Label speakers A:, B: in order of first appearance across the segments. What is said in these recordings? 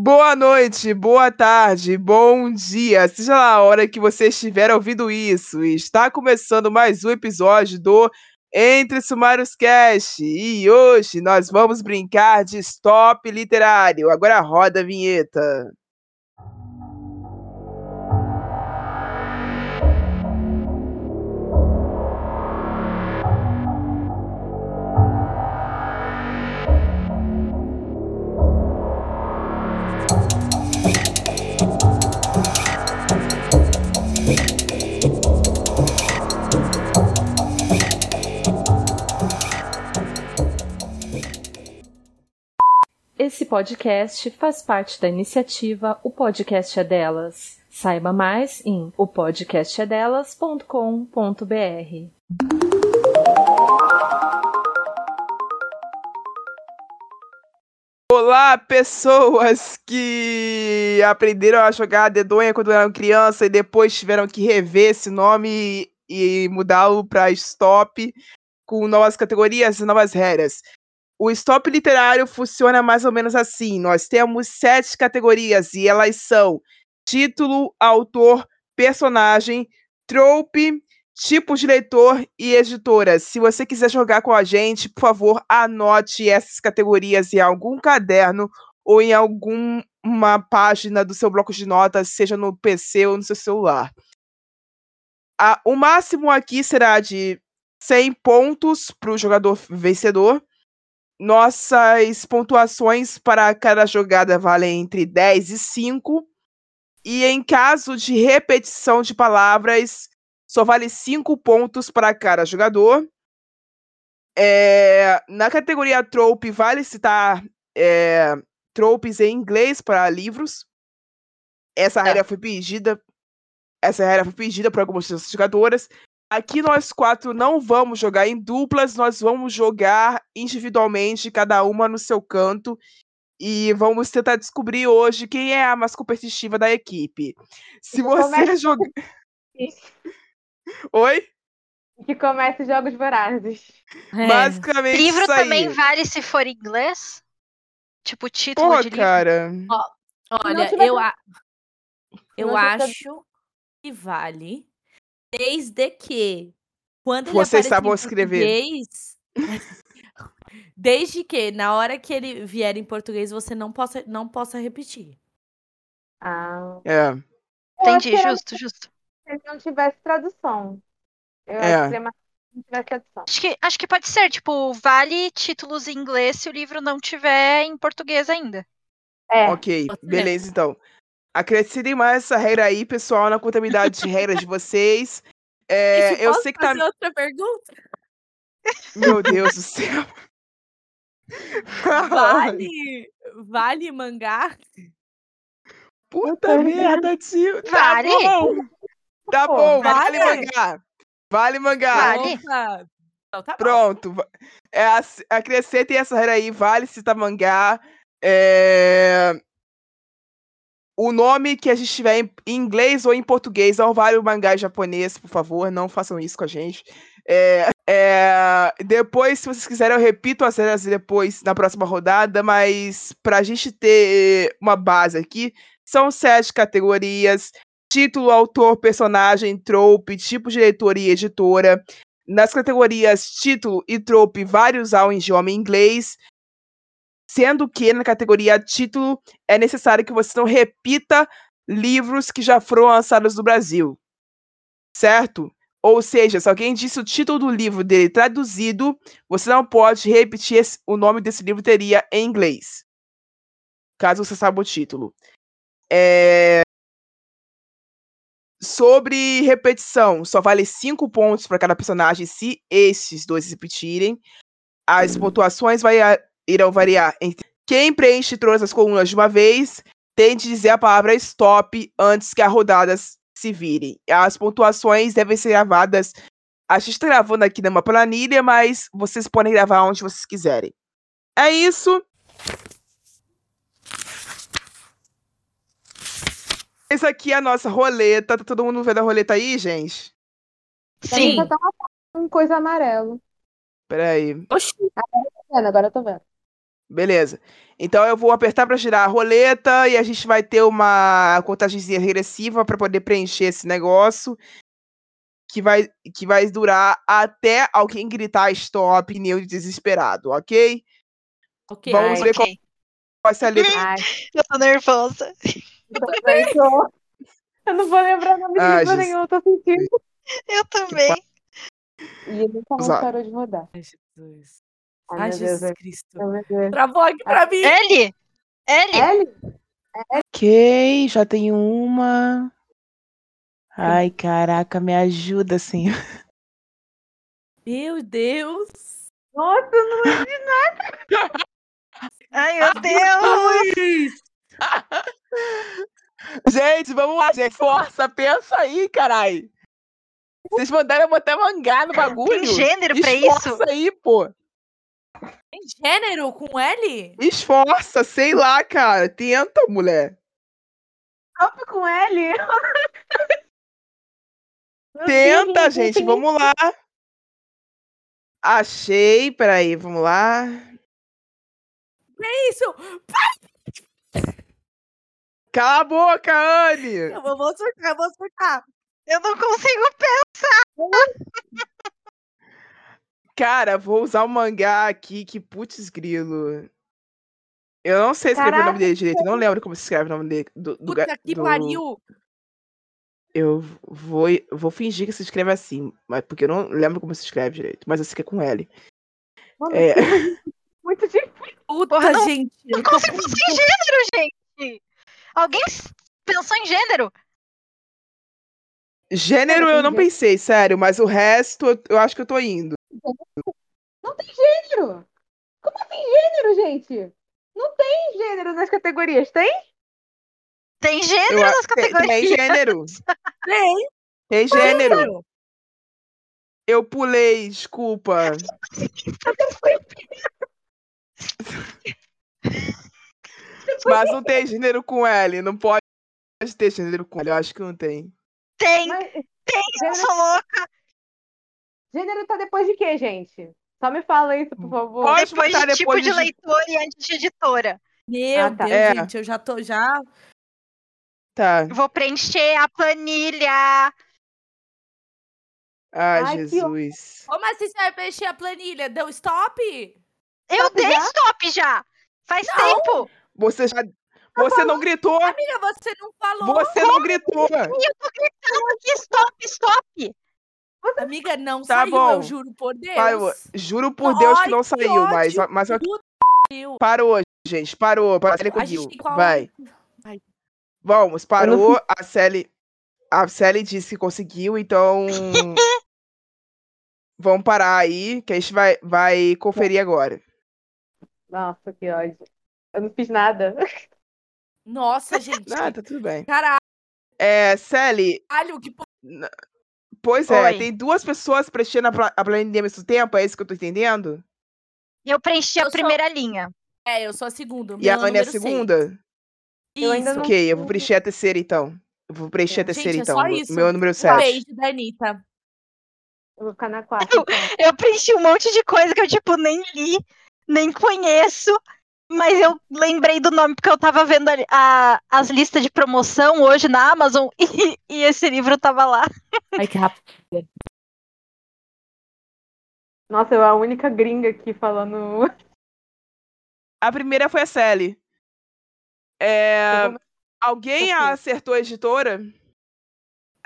A: Boa noite, boa tarde, bom dia, seja lá a hora que você estiver ouvindo isso. Está começando mais um episódio do Entre Sumários Cast e hoje nós vamos brincar de stop literário. Agora roda a vinheta.
B: Esse podcast faz parte da iniciativa O Podcast é Delas. Saiba mais em opodcastedelas.com.br.
A: Olá, pessoas que aprenderam a jogar dedonha quando eram criança e depois tiveram que rever esse nome e, e mudá-lo para Stop com novas categorias e novas regras. O stop literário funciona mais ou menos assim: nós temos sete categorias e elas são título, autor, personagem, trope, tipo de leitor e editora. Se você quiser jogar com a gente, por favor, anote essas categorias em algum caderno ou em alguma página do seu bloco de notas, seja no PC ou no seu celular. A- o máximo aqui será de 100 pontos para o jogador vencedor. Nossas pontuações para cada jogada valem entre 10 e 5. E em caso de repetição de palavras, só vale 5 pontos para cada jogador. É, na categoria Trope, vale citar é, tropes em inglês para livros.
C: Tá.
A: Essa regra foi pedida. Essa regra foi pedida por algumas das jogadoras. Aqui nós quatro não vamos jogar em duplas, nós vamos jogar individualmente, cada uma no seu canto. E vamos tentar descobrir hoje quem é a mais competitiva da equipe. Se
C: Então
A: você
C: começa-
A: jogar. Oi?
C: Que começa os jogos vorazes.
A: É.
D: É.
A: Basicamente
E: Livro
A: isso aí.
E: também vale se for inglês? Tipo, título
A: Porra,
E: de livro.
A: cara.
C: Não
D: Olha,
C: tiver
D: eu, a- eu
C: não tiver-
D: acho que vale, desde que quando ele
A: Vocês
D: aparecer em
A: saibam escrever.
D: português, desde que na hora que ele vier em português você não possa não possa repetir.
C: Ah.
A: É.
E: Entendi,
C: Eu acho que era
E: justo, justo.
C: se ele não tivesse tradução. Eu
A: É.
C: acho que ele mais se não tivesse tradução.
E: Acho que, acho que pode ser, tipo, vale títulos em inglês se o livro não tiver em português ainda.
C: É,
A: Ok,
D: Pode ser.
A: beleza então. Acrescentem mais essa regra aí, pessoal, na contabilidade de regras de vocês. É,
D: Isso,
A: eu
D: posso
A: sei que tá.
D: fazer outra pergunta.
A: Meu Deus do céu.
D: Vale, vale mangá?
A: Puta merda, tio. Tá
E: Vale?
A: bom. Tá
C: Pô,
A: bom, vale
D: vale.
A: mangá. Vale mangá.
E: Vale.
D: Opa. Então tá bom.
A: Pronto. va- É, ac- acrescentem essa regra aí, vale citar mangá. é, O nome que a gente tiver em em inglês ou em português, não vale o mangá em japonês, por favor, não façam isso com a gente. É, é, Depois, se vocês quiserem, eu repito as regras depois na próxima rodada, mas pra gente ter uma base aqui, são sete categorias: título, autor, personagem, trope, tipo de leitor e editora. Nas categorias título e trope, vários alvos de homem inglês. Sendo que na categoria título é necessário que você não repita livros que já foram lançados no Brasil. Certo? Ou seja, se alguém disse o título do livro dele traduzido, você não pode repetir esse- o nome desse livro teria em inglês. Caso você saiba o título. É, Sobre repetição, só vale 5 pontos para cada personagem se esses dois se repetirem. As pontuações varia- irão variar entre quem preenche todas as colunas de uma vez, tente dizer a palavra stop antes que as rodadas se virem. As pontuações devem ser gravadas. A gente está gravando aqui numa planilha, mas vocês podem gravar onde vocês quiserem. É isso. Essa aqui é a nossa roleta. Tá todo mundo vendo a roleta aí, gente?
C: pra mim
E: Sim.
C: só tá uma- um coisa amarelo.
A: Peraí.
D: Oxi,
C: Vendo, agora eu tô vendo.
A: Beleza. Então eu vou apertar para girar a roleta e a gente vai ter uma contagemzinha regressiva para poder preencher esse negócio. Que vai, que vai durar até alguém gritar stop em nível de desesperado, ok?
D: Ok.
A: Vamos ver qual
E: Ok.
A: vai ser a letra.
C: Ai,
E: Eu tô nervosa.
C: também tô. Eu não vou lembrar o nome de
A: Ai,
C: livro
A: Jesus.
C: nenhum, eu tô sentindo.
E: Ah, Eu também.
C: E ele nunca mais
A: Exato.
C: parou de mudar.
D: Ai, Jesus.
C: Ai,
D: Ai,
C: meu Deus. é
D: Jesus
C: eu-
D: Cristo.
C: meu Deus.
D: Travou aqui pra mim.
E: L! L!
C: Ellie?
A: Ok, já tem uma. Ai, caraca, me ajuda, senhor.
D: Meu Deus.
C: Nossa, eu não lembro.
E: Ai, meu Deus!
A: Gente, vamos lá, gente. Força, pensa aí, carai. Vocês mandaram eu botar mangá no bagulho.
E: Tem gênero pra isso?
A: Esforça aí, pô.
D: Tem gênero com L?
A: Esforça, sei lá, cara. Tenta, mulher.
C: Copa com L? Meu Deus,
A: Tenta,
C: não
A: gente.
C: tem
A: Vamos lá. Achei, peraí, vamos lá.
D: É isso.
A: Cala a boca, Anne!
D: Eu vou, vou surtar, eu vou surtar.
E: Eu não consigo pensar.
A: Cara, vou usar um mangá aqui que putz grilo. Eu não sei escrever o nome
C: Caraca,
A: dele direito, eu não lembro como se escreve o nome dele. Do, do, ga-
D: Puta que
A: do-
D: pariu.
A: Eu vou, vou fingir que se escreve assim, mas porque eu não lembro como se escreve direito, mas eu sei que é com L.
C: Mano,
A: É.
C: Muito difícil.
D: Puta,
E: Porra, não-
D: gente.
E: Não consigo pensar em gênero, gente! Alguém s- pensou em gênero?
A: Gênero
C: Cara,
A: eu
C: tem
A: não
C: gê-
A: pensei, sério, mas o resto eu, eu acho que eu tô indo.
C: Não tem gênero. Como assim gênero, gente? Não tem gênero nas categorias, tem?
E: Tem
A: Eu
E: gênero
A: a-
E: nas
A: tem,
E: categorias.
A: tem gênero,
D: Tem,
A: tem gênero.
D: claro.
A: Eu pulei, desculpa. Mas não tem gênero com L, não pode ter gênero com L, eu acho que não tem.
E: Tem,
C: Mas
E: eu sou louca.
C: gênero tá depois de quê, gente? Só me fala isso, por favor.
A: Pode
E: Depois
A: botar
E: de tipo
A: depois
E: de
A: de-
E: leitor e antes de editora.
D: Meu
C: Ah, tá.
D: Deus,
A: É.
D: gente, eu já tô já.
A: Tá.
E: Vou preencher a planilha.
A: Ai,
C: Ai, que ótimo.
A: Jesus.
D: Como assim você vai mexer a planilha? Deu stop?
E: Eu
C: Stop
E: dei
C: já?
E: stop já! Faz tempo!
A: Você já. Você não gritou!
D: Amiga, você não falou.
A: Você não gritou!
E: E eu tô gritando aqui, stop, stop!
D: Amiga, não
A: Tá
D: saiu,
A: bom.
D: eu juro por Deus.
A: Parou. Juro por Deus que
D: Ai,
A: não
D: que
A: saiu, mas,
D: ódio.
A: mas ok,
D: Puta que pariu.
A: parou, gente. Parou. Parou. A Sally
D: A gente
A: conseguiu.
D: tem qual-
A: Vai.
D: Vai.
A: Vamos, parou. A Sally. A Sally disse que conseguiu, então. Vamos parar aí, que a gente vai, vai conferir agora.
C: Nossa, que ódio. Eu não fiz nada.
D: Nossa, gente.
A: Ah, tá tudo bem.
D: Caralho,
A: É, Sally,
D: que porra.
A: pois é,
E: Oi.
A: tem duas pessoas preenchendo a pla- a planilha ao mesmo tempo, é isso que eu tô entendendo?
E: Eu preenchi
D: Eu
E: a
D: sou-
E: primeira linha.
D: É, eu sou a segunda.
A: E a
D: Milan
A: Anne é a
D: número seis.
A: segunda?
C: Eu ainda
D: Isso.
C: não-
A: Ok, eu vou preencher a terceira então. Eu vou preencher a
D: Gente,
A: terceira
D: é
A: então.
D: só
A: meu-
D: isso.
A: Meu número
D: Um
A: 7.
D: beijo da Anitta.
C: Eu vou ficar na quarta. então.
E: Eu preenchi um monte de coisa que eu, tipo, nem li, nem conheço. Mas eu lembrei do nome porque eu tava vendo ali- a- as listas de promoção hoje na Amazon e, e esse livro tava lá.
D: Ai, que rápido.
C: Nossa, eu a única gringa aqui falando.
A: A primeira foi a Sally. É,
C: Eu vou-
A: Alguém
C: Confia.
A: acertou a editora?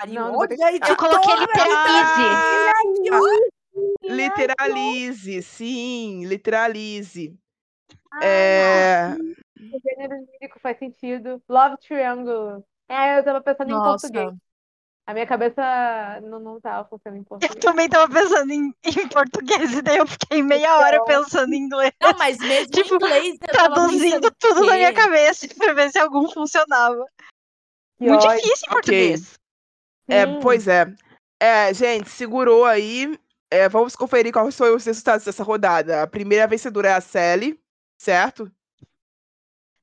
C: Não, não
D: Olha,
C: vou
D: editora,
E: Eu coloquei literalize.
A: Literalize, sim, literalize.
C: Ah,
A: É,
C: O gênero lírico faz sentido. Love Triangle. É, eu tava pensando
D: Nossa.
C: em português. A minha cabeça não, não tava funcionando em
E: Eu
C: português.
E: também tava pensando em, em português e daí eu fiquei meia hora pensando em inglês.
D: Não, mas mesmo
E: Tipo,
D: em inglês, Então, eu tava
E: Traduzindo
D: pensando,
E: tudo na minha
D: quê?
E: cabeça pra ver se algum funcionava.
C: Que
E: Muito
C: ódio.
E: difícil em
A: Ok.
E: português.
A: é,
C: Sim.
A: pois é. É, gente, segurou aí. É, vamos conferir quais foram os resultados dessa rodada. A primeira vencedora é a Sally, certo?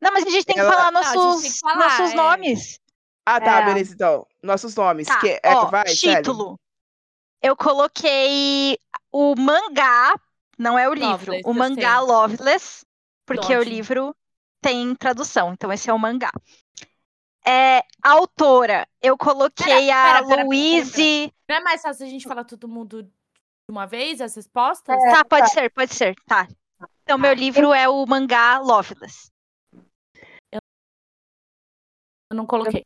E: Não, mas a gente tem que
A: Ela-
E: falar
D: Não, Ah, a gente tem
E: nossos,
D: que falar,
E: nossos
D: é.
E: nomes.
A: Ah, tá,
C: É.
A: beleza, então. Nossos nomes.
E: Tá,
A: que- é,
E: ó,
A: vai, Sally.
E: título. Eu coloquei o mangá, não é o livro,
D: Loveless,
E: o
D: eu
E: mangá Loveless, porque o
D: Ótimo.
E: livro tem tradução, então esse é o mangá. É, a autora, eu coloquei
D: Pera,
E: a
D: pera, pera, pera,
E: Louise.
D: Não é mais fácil a gente falar todo mundo de uma vez as respostas?
A: É,
E: Tá, pode ser, pode ser, tá. Então, meu livro é o mangá Loveless.
D: Eu não coloquei.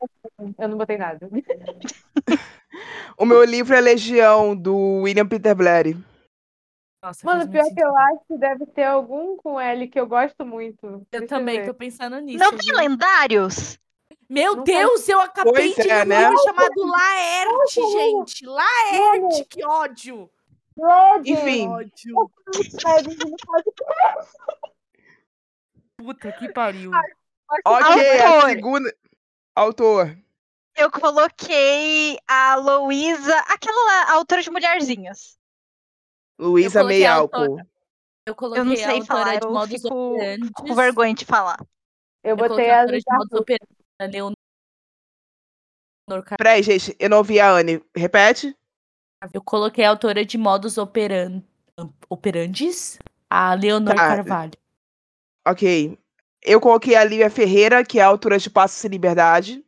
C: Eu não botei nada.
A: O meu livro é Legião, do William Peter Blair.
D: Nossa,
C: Mano,
D: fez muito
C: pior que eu
D: sentido.
C: acho que deve ter algum com L que eu gosto muito. Deixa
D: Eu também
C: ver.
D: tô pensando nisso.
E: Não tem
D: viu?
E: lendários?
D: Meu
C: Não tem.
D: Deus, eu acabei
A: Pois
D: de
A: é,
D: ler um
A: né?
D: livro chamado Laerte, gente. Laerte, que ódio.
C: Lorde!
A: Enfim,
D: Ódio.
C: Mas isso não pode
D: Puta que pariu.
A: ok,
E: Autor.
A: a segunda. Autor.
E: Eu coloquei a Louisa, aquela lá, a autora de Mulherzinhas.
A: Luísa
D: coloquei
A: May
D: autor.
A: Alcool.
D: Eu coloquei
E: Eu não
D: a
E: sei
D: autora
E: falar,
D: de
E: eu
D: modos
E: fico
D: operantes.
E: com vergonha de falar.
C: Eu botei
D: coloquei
C: a
D: autora de modos operantes, a Leonor Car-
A: Peraí, gente, eu não ouvi a Anne. Repete?
D: Eu coloquei a autora de modos operan... operantes, a Leonor
A: Tá.
D: Carvalho.
A: Ok. Eu coloquei a Lívia Ferreira, que é a autora de Passos Sem Liberdade.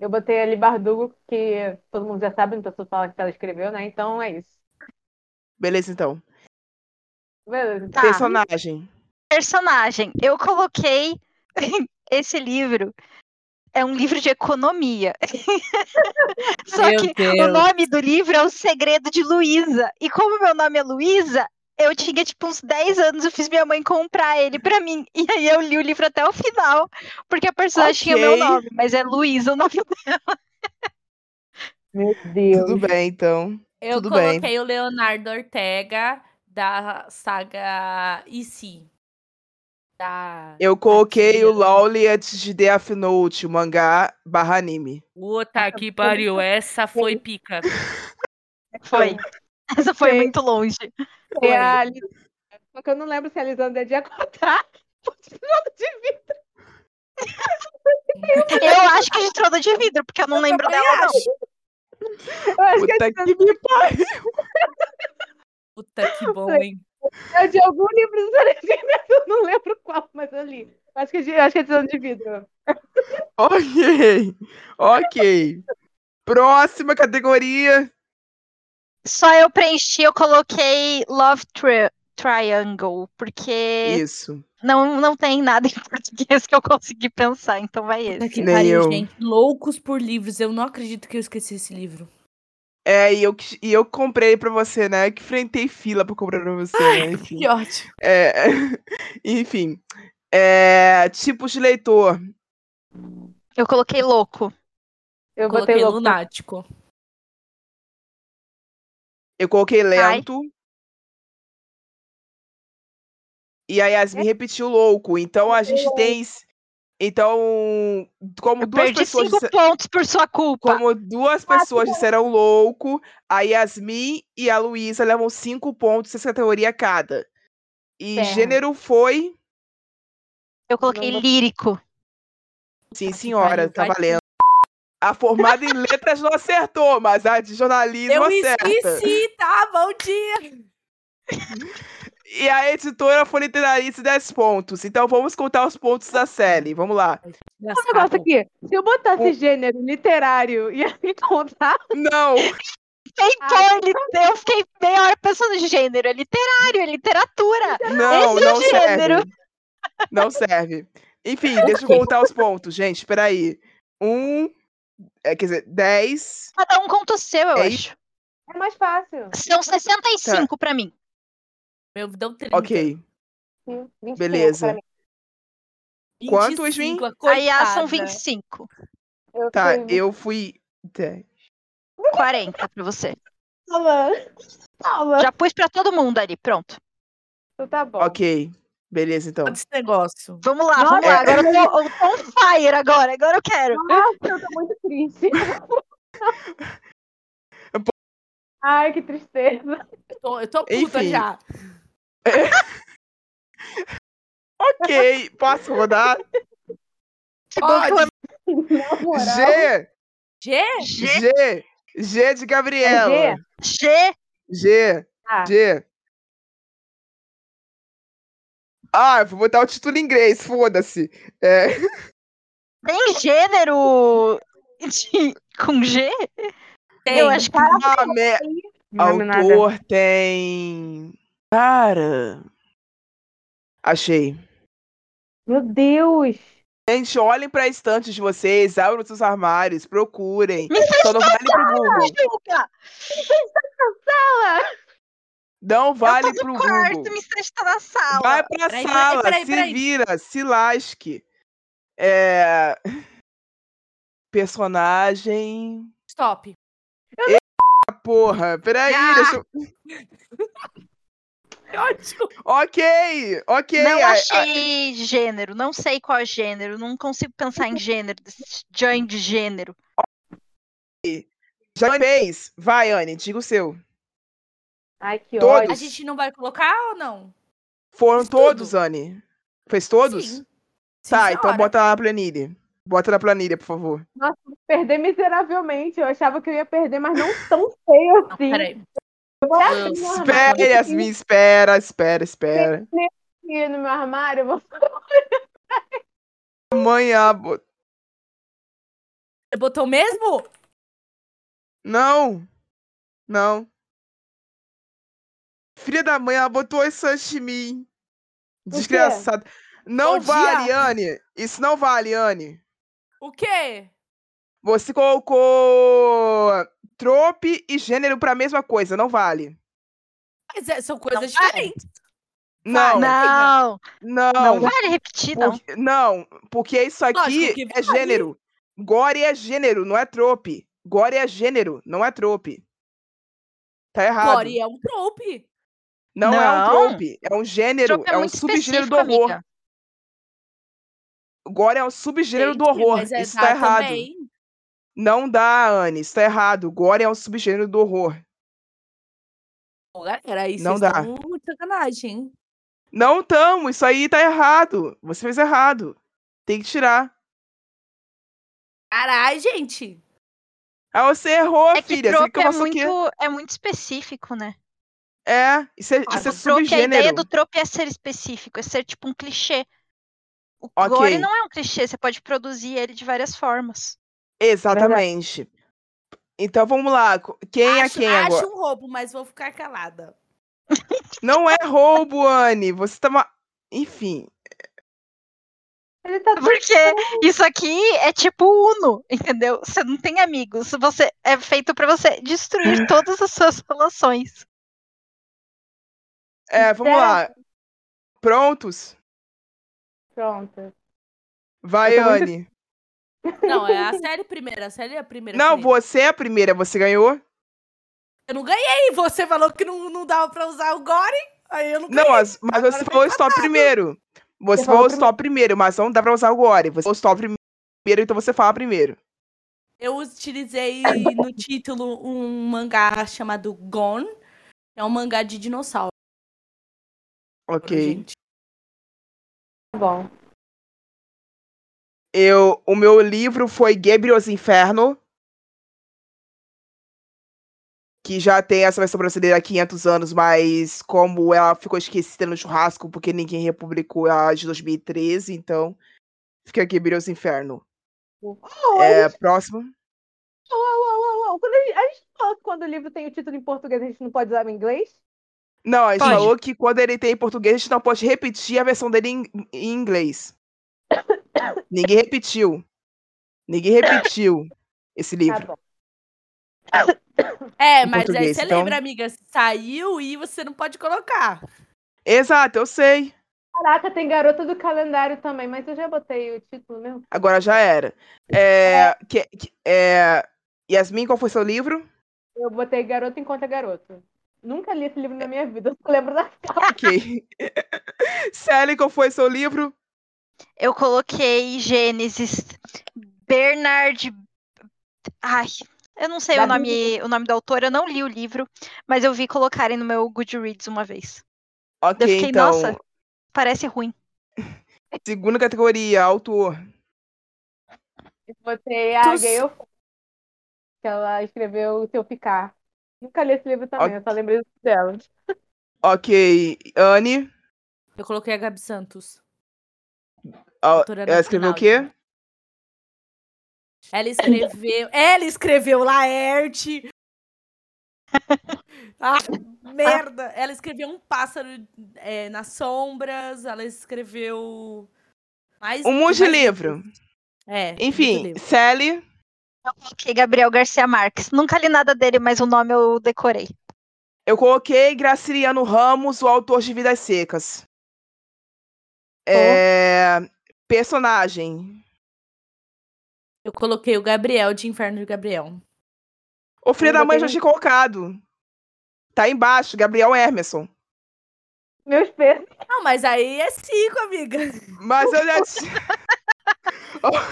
C: Eu botei ali Bardugo, que todo mundo já sabe, não preciso falar que ela escreveu, né? Então é isso.
A: Beleza, então.
C: Beleza.
E: Tá.
A: Personagem.
E: Personagem, eu coloquei esse livro. É um livro de economia. Só
D: Meu
E: que o
D: Deus.
E: nome do livro é O Segredo de Luísa. E como meu nome é Luísa, eu tinha tipo uns 10 anos, eu fiz minha mãe comprar ele pra mim. E aí eu li o livro até o final, porque a personagem tinha meu
A: Ok.
E: nome, mas é Luísa o nome
C: Meu Deus.
A: Tudo bem, então.
D: Eu
A: Tudo bem.
D: coloquei o Leonardo Ortega da saga Tá. IC. Da
A: Eu coloquei o
D: Aqui, ó.
A: Lawliet de Death Note, mangá barra anime.
D: Puta que pariu, essa foi pica.
E: Foi. Essa foi
C: Sim.
E: muito longe.
C: É a Alice. Só que eu não lembro se a Lisandra é de acordar.
E: Eu acho que a gente trocou de vidro, porque eu não lembro
D: também
E: dela. não.
C: Eu acho que é
A: Puta que me pariu.
D: Puta que bom,
C: Foi.
D: hein?
C: é de algum livro do Sarajinho, mas eu não lembro qual, mas eu li. Acho que é de, acho que é de Lisandra de Vidro.
A: Ok. Ok. Próxima categoria.
E: Só eu preenchi, eu coloquei Love Tri- Triangle, porque
A: Isso.
E: não, não tem nada em português que eu consegui pensar, então vai esse.
D: Puta que
A: Nem
D: pariu,
A: eu.
D: gente. Loucos por livros. Eu não acredito que eu esqueci esse livro.
A: É, e eu, que- e eu comprei pra você, né? Que enfrentei fila pra comprar pra você, né? Enfim.
D: Que ótimo.
A: É, enfim. É, tipos de leitor.
E: Eu coloquei louco.
C: Eu botei
D: Coloquei
C: louco.
D: Lunático.
A: Eu coloquei
E: Ai.
A: lento. E a
E: É.
A: Yasmin repetiu louco. Então a gente tem. s- Então, como
E: Eu
A: duas
E: perdi
A: pessoas.
E: cinco
A: disse-
E: pontos por sua culpa.
A: Como duas pessoas disseram louco, a Yasmin e a Luísa levam cinco pontos nessa categoria cada. E
C: Certo.
A: gênero foi.
E: Eu coloquei
C: Não-
E: lírico.
A: Sim,
D: que
A: senhora,
D: pariu,
A: tá
D: vai-
A: valendo. A formada em letras não acertou, mas a de jornalismo
D: Eu
A: acerta.
D: esqueci, tá? Bom dia.
A: E a editora foi literalista 10 pontos. Então vamos contar os pontos da série. Vamos lá.
C: Um negócio aqui. Se eu botasse gênero literário e aí contar,
A: Não,
E: Então, ele, eu fiquei meia hora pensando em gênero. É literário, é literatura.
A: não,
E: Esse é o
A: não serve.
E: gênero.
A: Não serve. Enfim, deixa eu contar os pontos, gente. Peraí. Um. É, quer dizer, 10.
E: Cada um conta o seu, eu
A: É
E: acho.
C: é mais fácil.
E: São 65 pra mim.
D: Meu, deu 30.
A: Ok.
C: Sim, 25
A: Beleza.
C: pra mim.
A: Quanto, Yasmin?
D: 25, a
E: Aí elas
D: coitada.
E: são 25.
C: Eu
A: Tá,
C: fui
A: eu fui. dez.
E: 40 pra você.
C: Aula. Aula.
E: Já pus pra todo mundo ali, pronto.
C: Então tá bom.
A: Ok. Beleza, então.
D: Esse negócio.
E: Vamos lá,
C: Nossa,
E: vamos lá. Agora eu
C: é-
E: tô, eu tô on fire agora, agora eu quero.
C: Nossa, eu tô muito triste. Ai, que tristeza.
D: Eu tô, eu tô puta
A: Enfim.
D: já.
A: Ok. Posso rodar?
E: Que bom que eu
C: Na moral.
A: G.
D: G?
E: G,
A: G. G de
C: É
A: Gabriela.
E: G,
A: G.
C: Tá.
A: G. Ah, vou botar o título em inglês, foda-se. É,
E: Tem gênero de- com G?
D: Tem.
E: Eu acho que
A: ah, me-
C: Não, nada.
A: Autor tem. Cara. Achei.
C: Meu Deus.
A: Gente, olhem pra estantes de vocês, abram seus armários, procurem.
E: Me faz
A: Só não vale pro Google.
E: julga!
A: Não vale
E: eu tô
A: pro
E: no quarto,
A: Google.
E: me está na sala.
A: Vai pra
D: Peraí, peraí,
A: sala,
D: peraí,
A: se
D: peraí.
A: vira, se lasque. É. Personagem.
D: Stop.
A: Ah, porra, peraí,
E: Ah.
A: deixa eu...
D: Que ótimo.
A: Ok, ok.
E: Não
A: a- a-
E: achei gênero, não sei qual é gênero, não consigo pensar em gênero, desse join de gênero.
A: Já fez. Vai, Anne, diga o seu.
C: Ai, que
A: Todos.
D: A
C: ódio.
D: gente não vai colocar ou não?
A: Foram
D: Fiz tudo.
A: todos, Anne? Fez todos?
D: Sim.
A: Tá,
D: Sim,
A: então
D: senhora.
A: bota lá na planilha. Bota na planilha, por favor.
C: Perder miseravelmente. Eu achava que eu ia perder, mas não tão feio
D: Não,
C: assim.
D: peraí. Eu-
C: Eu vou abrir meu
A: Ah, Espera,
C: armário.
A: Yasmin, espera, espera, espera.
C: Aqui no meu armário, eu vou
A: Amanhã. bo-
D: Você botou mesmo?
A: Não! Não. Filha da mãe, ela botou esse sashimi.
C: quê?
A: Desgraçada. Não
D: Odia.
A: vale, Anne. Isso não vale, Anne.
D: O quê?
A: Você colocou trope e gênero pra mesma coisa, não vale.
D: Mas é- são coisas
E: Não vai.
D: diferentes.
A: Não, não,
E: Não, não
A: não,
E: vale repetir, não.
A: porque, não, porque isso aqui
D: Lógico que
A: é
D: vale.
A: gênero. Gore é gênero, não é trope. Gore é gênero, não é trope. Tá errado.
D: Gore é um trope.
A: Não, é um
E: Não.
A: trope, é um gênero,
E: Trope
A: é, um
E: muito
A: subgênero do
E: específico,
A: horror.
E: amiga.
A: Gore é um subgênero do
D: Gente,
A: horror.
D: mas é-
A: Isso
D: dá
A: tá errado.
D: também.
A: Não dá, Anne, isso tá errado. Gore é um subgênero do horror.
D: Pô, galera, isso é
A: Não dá.
D: muito sacanagem. hein?
A: Não tamo, isso aí tá errado. Você fez errado. Tem que tirar.
D: Caralho, gente.
A: Ah, você errou,
E: É que
A: filha. Você
E: trope é
A: começou aqui.
E: muito, é muito específico, né?
A: É, isso é,
E: Ah,
A: isso é
E: do trope, a ideia
A: subgênero.
E: do trope é ser específico, é ser tipo um clichê. O
A: Ok.
E: gore não é um clichê, você pode produzir ele de várias formas.
A: Exatamente. Então vamos lá. co- Quem
D: acho,
A: é quem
D: acho
A: agora?
D: um roubo, mas vou ficar calada.
A: Não é roubo, Anne. Você tá. ma- Enfim.
C: Ele tá
E: Porque isso aqui é tipo Uno, entendeu? Você não tem amigos, você é feito pra você destruir todas as suas relações.
A: É, vamos lá. Prontos?
C: pronto.
A: Vai,
C: Eu tô muito-
A: Anne.
D: Não, é a série primeira. A série é a primeira.
A: Não,
D: querida.
A: você é a primeira. Você ganhou?
D: Eu não ganhei. Você falou que não, não dava pra usar o Gore. Aí eu não ganhei.
A: Não, as- mas
D: Agora
A: você
D: tá
A: falou stop primeiro. Você
C: Você falou
A: falou stop primeiro, mas não dá pra usar o Gore. Você falou stop primeiro, então você fala primeiro.
D: Eu utilizei no título um mangá chamado Gone. É um mangá de dinossauro,
A: Ok.
D: gente.
C: Tá bom.
A: Eu, o meu livro foi Gabriel's Inferno. Que já tem essa versão brasileira há 500 anos, mas como ela ficou esquecida no churrasco porque ninguém republicou ela de 2013, então fica Gabriel's Inferno.
C: Uau,
A: É, próximo.
C: uau, uau, uau, uau. oh, Quando a, gente, a gente falou que quando o livro tem o título em português, a gente não pode usar em inglês?
A: Não, a gente
E: Pode.
A: falou que quando ele tem em português, a gente não pode repetir a versão dele em, em inglês. Ninguém repetiu. Ninguém repetiu esse
C: Tá
A: livro.
C: bom.
D: É,
A: Em
D: mas aí
A: português,
D: você
A: então.
D: lembra, amiga, saiu e você não pode colocar.
A: Exato, eu sei.
C: Caraca, tem Garota do Calendário também, mas eu já botei o título mesmo.
A: Agora já era. É, que- que- é, Yasmin, qual foi seu livro?
C: Eu botei Garota Encontra Garoto. Nunca li esse livro na minha vida, eu só lembro da capa.
A: Ok. Sally, qual foi seu livro?
E: Eu coloquei Gênesis, Bernard. Ai, eu não sei o
C: Davi.
E: nome, o nome da autora, eu não li o livro, mas eu vi colocarem no meu Goodreads uma vez.
A: Ok,
E: Eu fiquei,
A: então.
E: nossa, parece ruim.
A: Segunda categoria, autor.
C: Eu botei a
D: Tu s-
C: Gayle Fox, que ela escreveu O Seu Picar. Nunca li esse livro também, eu só lembrei dela.
A: Ok, Anne.
D: Eu coloquei a Gabi Santos.
A: Ah,
D: Autora
A: Ela escreveu o
D: nacional.
A: quê?
D: Ela escreveu. Ela escreveu Laerte. ah, merda! Ela escreveu um pássaro é, nas sombras. Ela escreveu. Mais,
A: Um monte de
D: mais-
A: livro.
D: É. um monte de
A: Enfim,
D: livro.
A: Sally.
E: Eu coloquei Gabriel Garcia Marques. Nunca li nada dele, mas o nome eu decorei.
A: Eu coloquei Graciliano Ramos, o autor de Vidas Secas. É... Personagem.
D: Eu coloquei o Gabriel de Inferno de Gabriel.
A: O filho
C: Eu
A: da mãe
C: botei
A: já
C: um-
A: tinha colocado. Tá aí embaixo, Gabriel Hermeson.
C: Meus pés.
D: Não, mas aí é cinco, amiga.
A: Mas eu já tinha.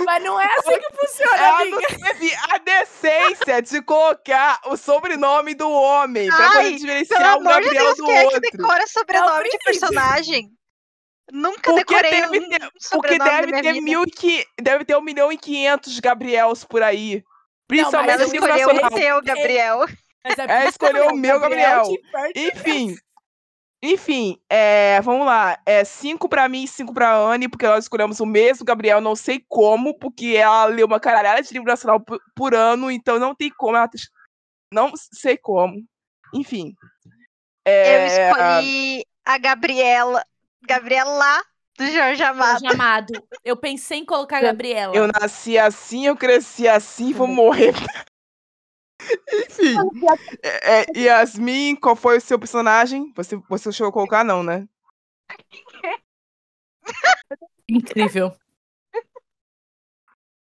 D: Mas não é assim que funciona,
A: Ela
D: amiga.
A: não teve a decência de colocar o sobrenome do homem pra
E: Ai,
A: poder
E: Pelo
A: diferenciar o
E: amor de
A: Gabriel
E: Deus,
A: do
E: quem é que
A: outro.
E: decora sobrenome de
D: preciso.
E: personagem? Nunca
A: Porque
E: decorei
A: deve
E: um
A: ter- Porque
E: sobrenome da
A: deve
E: minha
A: ter
E: vida.
A: mil e qui- deve ter um milhão e quinhentos Gabriels por aí.
D: mas
A: Principalmente
E: Ela
D: eu
A: no nível
E: escolheu o
A: nacional.
E: seu, Gabriel.
D: Mas é
A: Ela
D: porque
A: escolheu
D: também
A: o meu Gabriel.
D: de Inferno de
A: Enfim. Enfim, é, vamos lá. É cinco pra mim e cinco pra Anne, porque nós escolhemos o mesmo Gabriel, não sei como, porque ela leu uma caralhada de livro nacional por, por ano, então não tem como ela. ter es- Não sei como. Enfim.
E: Eu
A: É,
E: escolhi a Gabriela. Gabriela do Jorge Amado.
D: Jorge Amado. Eu pensei em colocar a Gabriela.
A: ah, eu nasci assim, eu cresci assim, vou
E: Uhum.
D: Também.
A: morrer. Enfim. É, é, Yasmin, qual foi o seu personagem? Você, você chegou a colocar, não, né?
D: Incrível.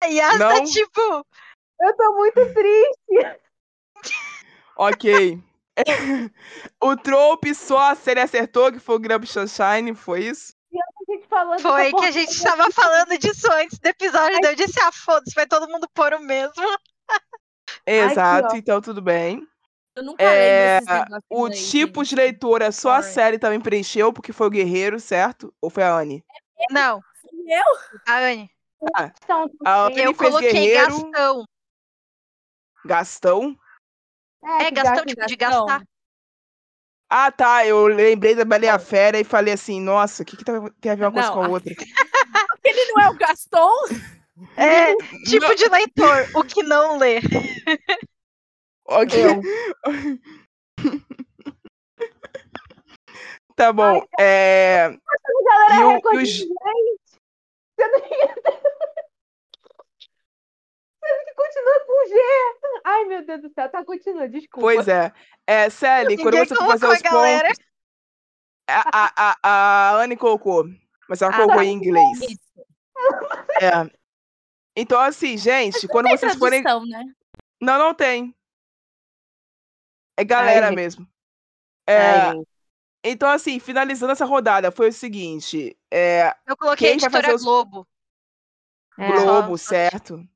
E: A Yas tá
A: Não.
E: tipo.
C: Eu tô muito triste.
A: Ok. o Trope só a série acertou, que foi o Grub Sunshine, foi isso?
C: A gente falando
E: Foi
C: dessa
E: que
C: porra.
E: a gente estava falando disso antes do episódio. daí Eu disse, ah, foda-se, vai todo mundo por o mesmo.
A: Exato,
C: ó.
A: então tudo bem.
D: Eu nunca
A: É,
D: leio esses negócios
A: O
D: aí,
A: tipo
D: gente.
A: de leitora só a
D: Sorry.
A: série também preencheu, porque foi o Guerreiro, certo? Ou foi a Anne?
E: Não,
D: Eu?
E: a Anne.
C: Então,
A: A Anne
E: Eu
A: fez
E: coloquei
A: Guerreiro,
E: Gastão.
A: Gastão.
E: É,
C: que
E: Gastão,
C: gasto-
E: tipo, de
D: Gastão.
E: gastar.
A: Ah, tá, eu lembrei da Bela e a Fera e falei assim, nossa, o que, que tá- tem a ver uma coisa
D: Não,
A: com a
D: a-
A: outra?
D: Ele não é o Gaston?
E: É, tipo
A: Não.
E: de leitor, o que não lê.
A: Ok.
C: Eu.
A: tá bom. é,
C: Galera,
A: E o- e
C: recorde
A: os-
C: É, de inglês. Você não ia Sendo que continua com G. Ai, meu Deus do céu. Tá, continua, desculpa.
A: Pois é. É, Sally, quando
E: Ninguém
A: você for fazer
E: colocou,
A: os
E: galera.
A: pontos. A, a, a, a Anne colocou, mas ela
E: Ah,
A: colocou
E: tá.
A: em inglês. É. Então, assim, gente, quando
D: Tem
A: vocês forem.
D: tradução, né?
A: Não, não tem. É galera
C: gente.
A: mesmo. É, então, assim, finalizando essa rodada, foi o seguinte: é,
E: Eu coloquei a
A: Quem vai fazer
E: editora
A: os-
E: Globo.
C: É.
A: Globo,
E: Só-
A: certo?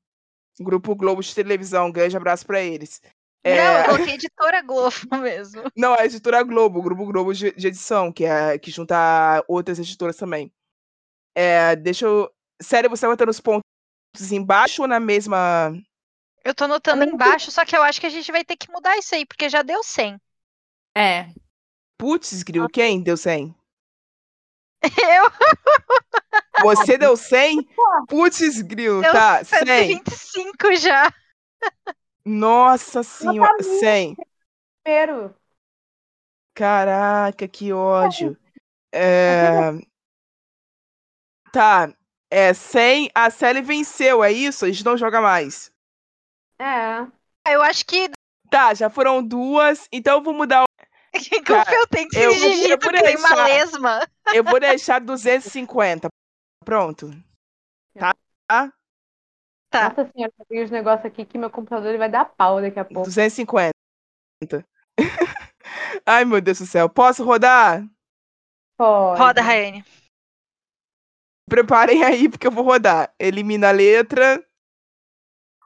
A: Grupo Globo de televisão, um grande abraço pra eles. É,
E: Não, eu coloquei a editora Globo mesmo.
A: Não, é a editora Globo, o Grupo Globo de, de edição, que, é, que junta outras editoras também. É, deixa eu. Sério, você vai ter os pontos embaixo ou na mesma.
E: Eu tô anotando
C: Olha aqui.
E: embaixo, só que eu acho que a gente vai ter que mudar isso aí, porque já deu 100.
D: É.
A: Putz, grilo, quem deu 100?
E: Eu
A: Você deu 100? Putz, grilo,
E: deu
A: tá, 100.
E: 125 já.
A: Nossa senhora,
C: mil.
A: 100.
C: Primeiro.
A: Caraca, que ódio. É... Tá, é 100. A Sally venceu, é isso? A gente não joga mais.
C: É.
E: Eu acho que
A: Tá, já foram duas, então eu vou mudar.
E: como
A: Cara,
E: eu tenho que
A: eu
E: ser
A: vou- eu
E: digito
A: vou
E: que nem uma
A: deixar.
E: lesma.
A: Eu vou deixar 250. Pronto.
E: Tá,
C: Nossa senhora, tem uns negócios aqui que meu computador ele vai dar pau daqui a pouco.
A: 250. Ai, meu Deus do céu. Posso rodar?
C: Pode.
E: roda, Raiane.
A: Preparem aí, porque eu vou rodar. Elimina a letra.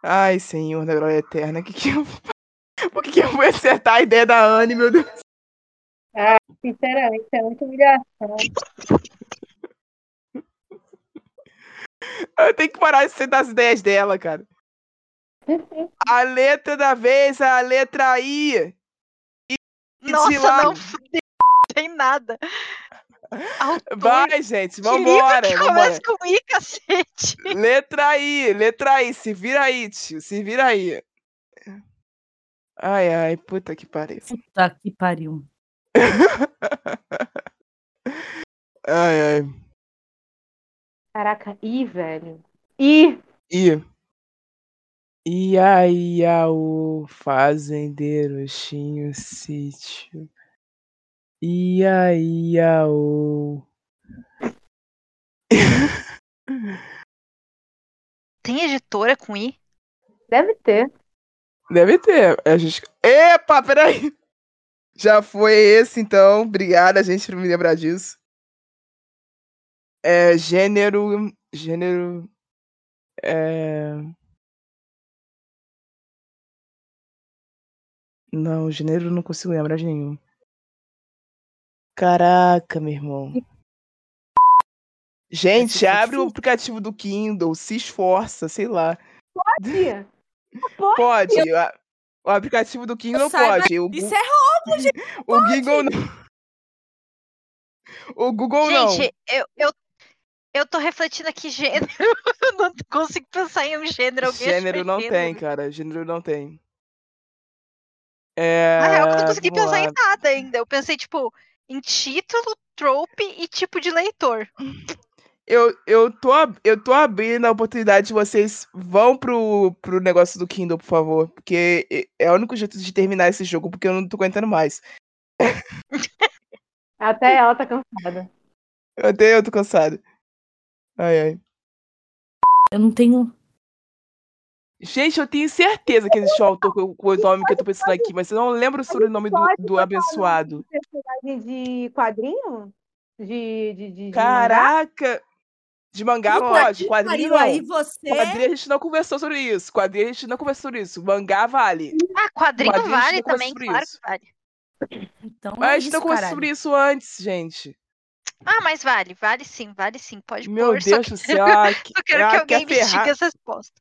A: Ai, Senhor da Glória Eterna. Que que eu... Por que, que eu vou acertar a ideia da Anne, meu Deus?
C: Sinceramente, é muito humilhação.
A: Eu tenho que parar de acertar as ideias dela, cara. A letra da vez, a letra I. E de
E: Nossa,
A: lá.
E: não fudeu, tem nada. Autor,
A: Vai, gente,
E: que livro
A: vambora.
E: que
A: vambora.
E: começa com I, cacete.
A: Letra aí, letra aí, se vira aí, tio, se vira aí. Ai, ai, puta que pariu.
F: Puta que pariu.
A: Ai, ai.
C: Caraca, ih, velho. Ih,
A: E. E aí, o fazendeiro tinha o sítio. E aí, o.
E: Tem editora com I?
C: deve ter.
A: Deve ter. A gente... Epa, peraí! Já foi esse, então. Obrigada, gente, por me lembrar disso. É, gênero. Gênero. É... Não, gênero eu não consigo lembrar de nenhum. Caraca, meu irmão. Gente,
F: Esse foi
A: abre o
F: difícil.
A: aplicativo do Kindle, se esforça, sei lá.
C: Ih,
A: Pode. a- O aplicativo do Kindle
D: saiba
A: pode. O,
D: Isso
A: Gu-
D: é
A: o Google não. O Google
E: Gente, eu, eu, eu tô refletindo aqui gênero. Eu não consigo pensar em um
A: não.
E: gênero. Alguém
A: Gênero
E: achou
A: não
E: gênero?
A: tem, cara. Gênero não tem. É,
E: Na real, eu não consegui
A: vamos
E: pensar em
A: lá.
E: nada ainda. Eu pensei, tipo, em título, trope e tipo de leitor.
A: Eu, eu, tô, ab- eu tô abrindo a oportunidade de vocês vão pro, pro negócio do Kindle, por favor. Porque e- é o único jeito de terminar esse jogo, porque eu não tô aguentando mais.
C: Até ela tá cansada.
A: Eu até eu tô cansado. Ai, ai.
F: Eu não tenho.
A: Gente, eu tenho certeza que existe um autor com com o nome que eu tô pensando aqui, mas eu não lembro o sobrenome do,
C: pode
A: do abençoado.
C: Personagem de quadrinho? De. de, de, de mangá?
A: Caraca! De mangá
D: Puta
A: pode,
D: que
A: quadrinho
D: pariu,
A: não.
D: aí você.
A: Quadrinho a gente não conversou sobre isso. Quadrinho a gente não conversou sobre isso. Mangá vale.
E: Ah, quadrinho
A: Quadrinhos
E: vale
A: não
E: também,
A: conversam
E: claro
A: isso.
E: que vale.
F: Então,
A: Mas
F: é
A: a gente não
F: isso,
A: conversou
F: caralho.
A: sobre isso antes, gente.
E: Ah, mas vale, vale sim, vale sim. Pode
A: Meu
E: pôr, só
A: Deus
E: que
A: do céu. ah, que-
E: eu quero
A: ah,
E: que
A: quer
E: alguém
A: ferrar. Ah,
E: investigue essa resposta.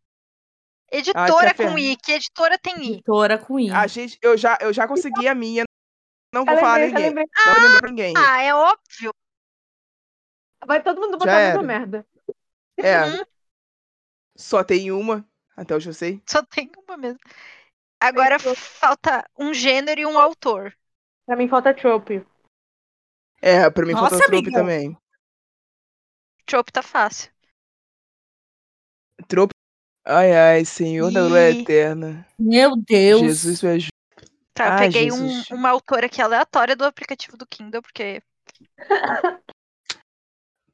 E: Editora com
A: ferrar. Hum.
E: I, que editora tem I?
F: Editora com
E: assim.
F: I.
A: A gente, eu, já, eu já consegui a minha. Não vou
C: Eu
A: falar
C: lembrei, eu
A: ninguém.
C: lembrei.
A: Não vou lembrar ninguém.
E: Ah, é óbvio.
C: Vai todo mundo botar
A: Já
C: a mesma
A: era.
C: merda.
A: É,
E: Uhum,
A: só tem uma, até hoje eu sei.
E: só tem uma mesmo. Agora
C: Fechou.
E: falta um gênero e um autor.
C: Pra mim falta trope.
A: É, pra mim
D: Nossa,
A: faltou trope
D: amigo.
A: também.
E: Trope tá fácil.
A: Trope. Ai, ai, Senhor da Glória
E: Ih.
A: Eterna.
F: Meu Deus.
A: Jesus me ajuda.
E: Tá, eu
A: Ai,
E: peguei um-
A: Ah, Jesus.
E: uma autora aqui aleatória do aplicativo do Kindle, porque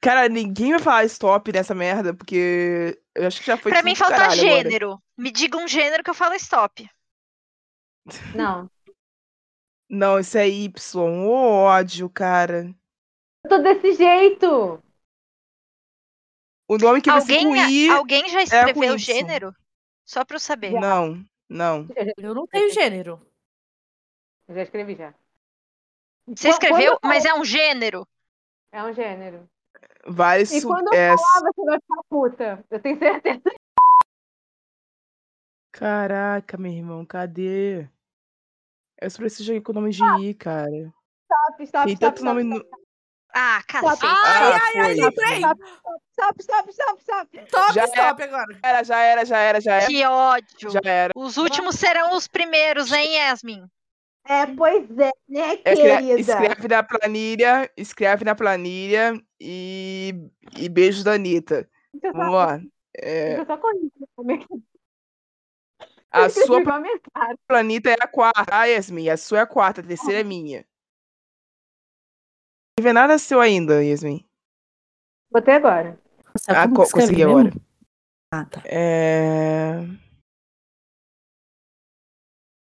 A: Cara, ninguém vai falar stop nessa merda, porque eu acho que já foi
E: pra
A: tudo
E: mim
A: pro
E: falta
A: caralho agora.
E: gênero. Me diga um gênero que eu falo stop.
C: Não.
A: Não, isso é Y. Ô, ódio, cara.
C: Eu tô desse jeito.
A: O nome que
E: alguém,
A: você I... é
E: alguém já
A: com
E: escreveu
A: Y.
E: gênero? Só pra eu saber.
A: Não, não.
F: Eu não tenho gênero.
C: Eu já escrevi já.
E: Você
C: Quando- quando
E: escreveu,
C: eu
E: mas é um gênero.
C: falo- É um gênero.
A: Vale
C: E
A: su...
C: quando eu
A: é...
C: Ah, você vai ficar puta. Eu tenho certeza.
A: Caraca, meu irmão, cadê? Eu só preciso jogar com o nome de I, cara.
C: Stop, stop,
A: Tem
C: stop,
A: tanto
C: stop,
A: nome. no-
E: Ah, cacete.
D: Ai,
A: Ah,
D: ai, ai,
A: foi.
D: lembrei.
C: Stop, stop, stop, stop.
D: Top,
A: Já
D: stop agora.
A: Era, já era, já era, já era.
E: Ah, que ódio.
A: Já era.
E: Os últimos serão os primeiros, hein, Yasmin?
C: É, pois é, né,
A: É, escre-
C: querida?
A: escreve na planilha, escreve na planilha e, e beijo da Anitta.
C: Deixa eu só-
A: Vamos lá. É,
C: deixa eu só corrigir como é que
A: a
C: escrevi
A: sua
C: igual a minha cara.
A: planeta é a quarta, tá, Yasmin? A sua é a quarta, a terceira é minha. Não vê nada seu ainda, Yasmin.
C: Botei agora.
F: Nossa,
D: Tá
A: Ah,
F: como
A: co-
F: que escreve
A: consegui
F: mesmo?
A: agora.
F: Ah, tá.
A: É.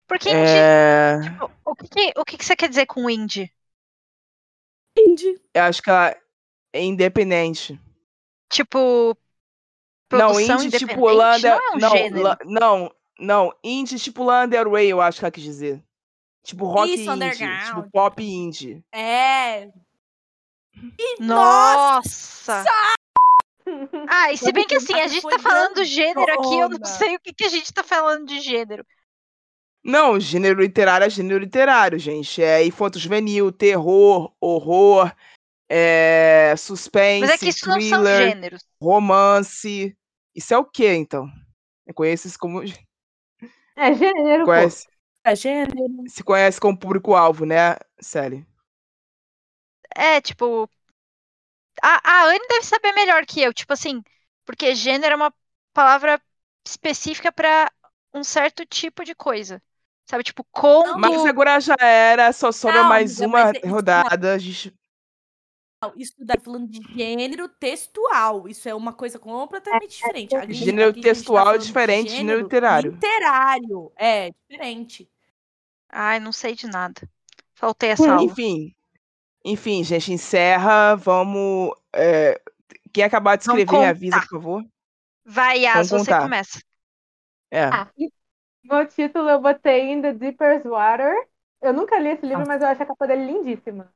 E: Porque indie,
A: é...
E: tipo, o, que, que- o que, que você quer dizer com indie?
F: Entendi.
A: Eu acho que ela é independente.
E: Tipo,
A: Não,
E: produção
A: indie
E: independente?
A: tipo Lander.
E: Não é um
A: Não,
E: gênero.
A: la- não, não, indie tipo Lander Way, eu acho que ela quis dizer. Tipo rock
D: Isso,
A: indie, tipo
D: underground.
A: pop indie.
D: É.
E: Nossa! Ah, e se bem que assim, a
D: Nossa,
E: gente
D: foi
E: tá falando gênero aqui, eu não
D: grandona.
E: sei o que, que a gente tá falando de gênero.
A: Não, gênero literário é gênero literário, gente. É infanto juvenil, terror, horror, é, suspense,
E: Mas é que isso não
A: thriller,
E: são gêneros.
A: romance. Isso é o que, então? Eu conheço isso como.
C: É gênero, pô.
A: Conhece,
F: É gênero.
A: se conhece como público-alvo, né, Sally?
E: É, tipo. A, a Anne deve saber melhor que eu, tipo assim, porque gênero é uma palavra específica pra um certo tipo de coisa. Sabe, tipo, como.
A: Mas agora já era, só sobra
D: Não,
A: mais
D: amiga,
A: uma
D: mas é isso
A: rodada. a gente-
D: Não, Isso daí tá falando de gênero textual. Isso é uma coisa completamente diferente. A gente-
A: Gênero
D: aqui a gente tá
A: textual é
D: falando de
A: diferente de gênero literário.
D: Literário. É, diferente.
E: Ai, não sei de nada. Faltei essa aula.
A: Enfim. Enfim, gente, encerra. Vamos. é, quem acabar de
E: Vamos
A: escrever, me avisa,
E: contar.
A: por favor.
E: Vai, Yas,
A: Vamos
E: você
A: contar.
E: começa.
A: É.
C: Ah, e meu título eu botei In the Deepest Water. Eu nunca li esse livro, mas eu acho a capa dele lindíssima.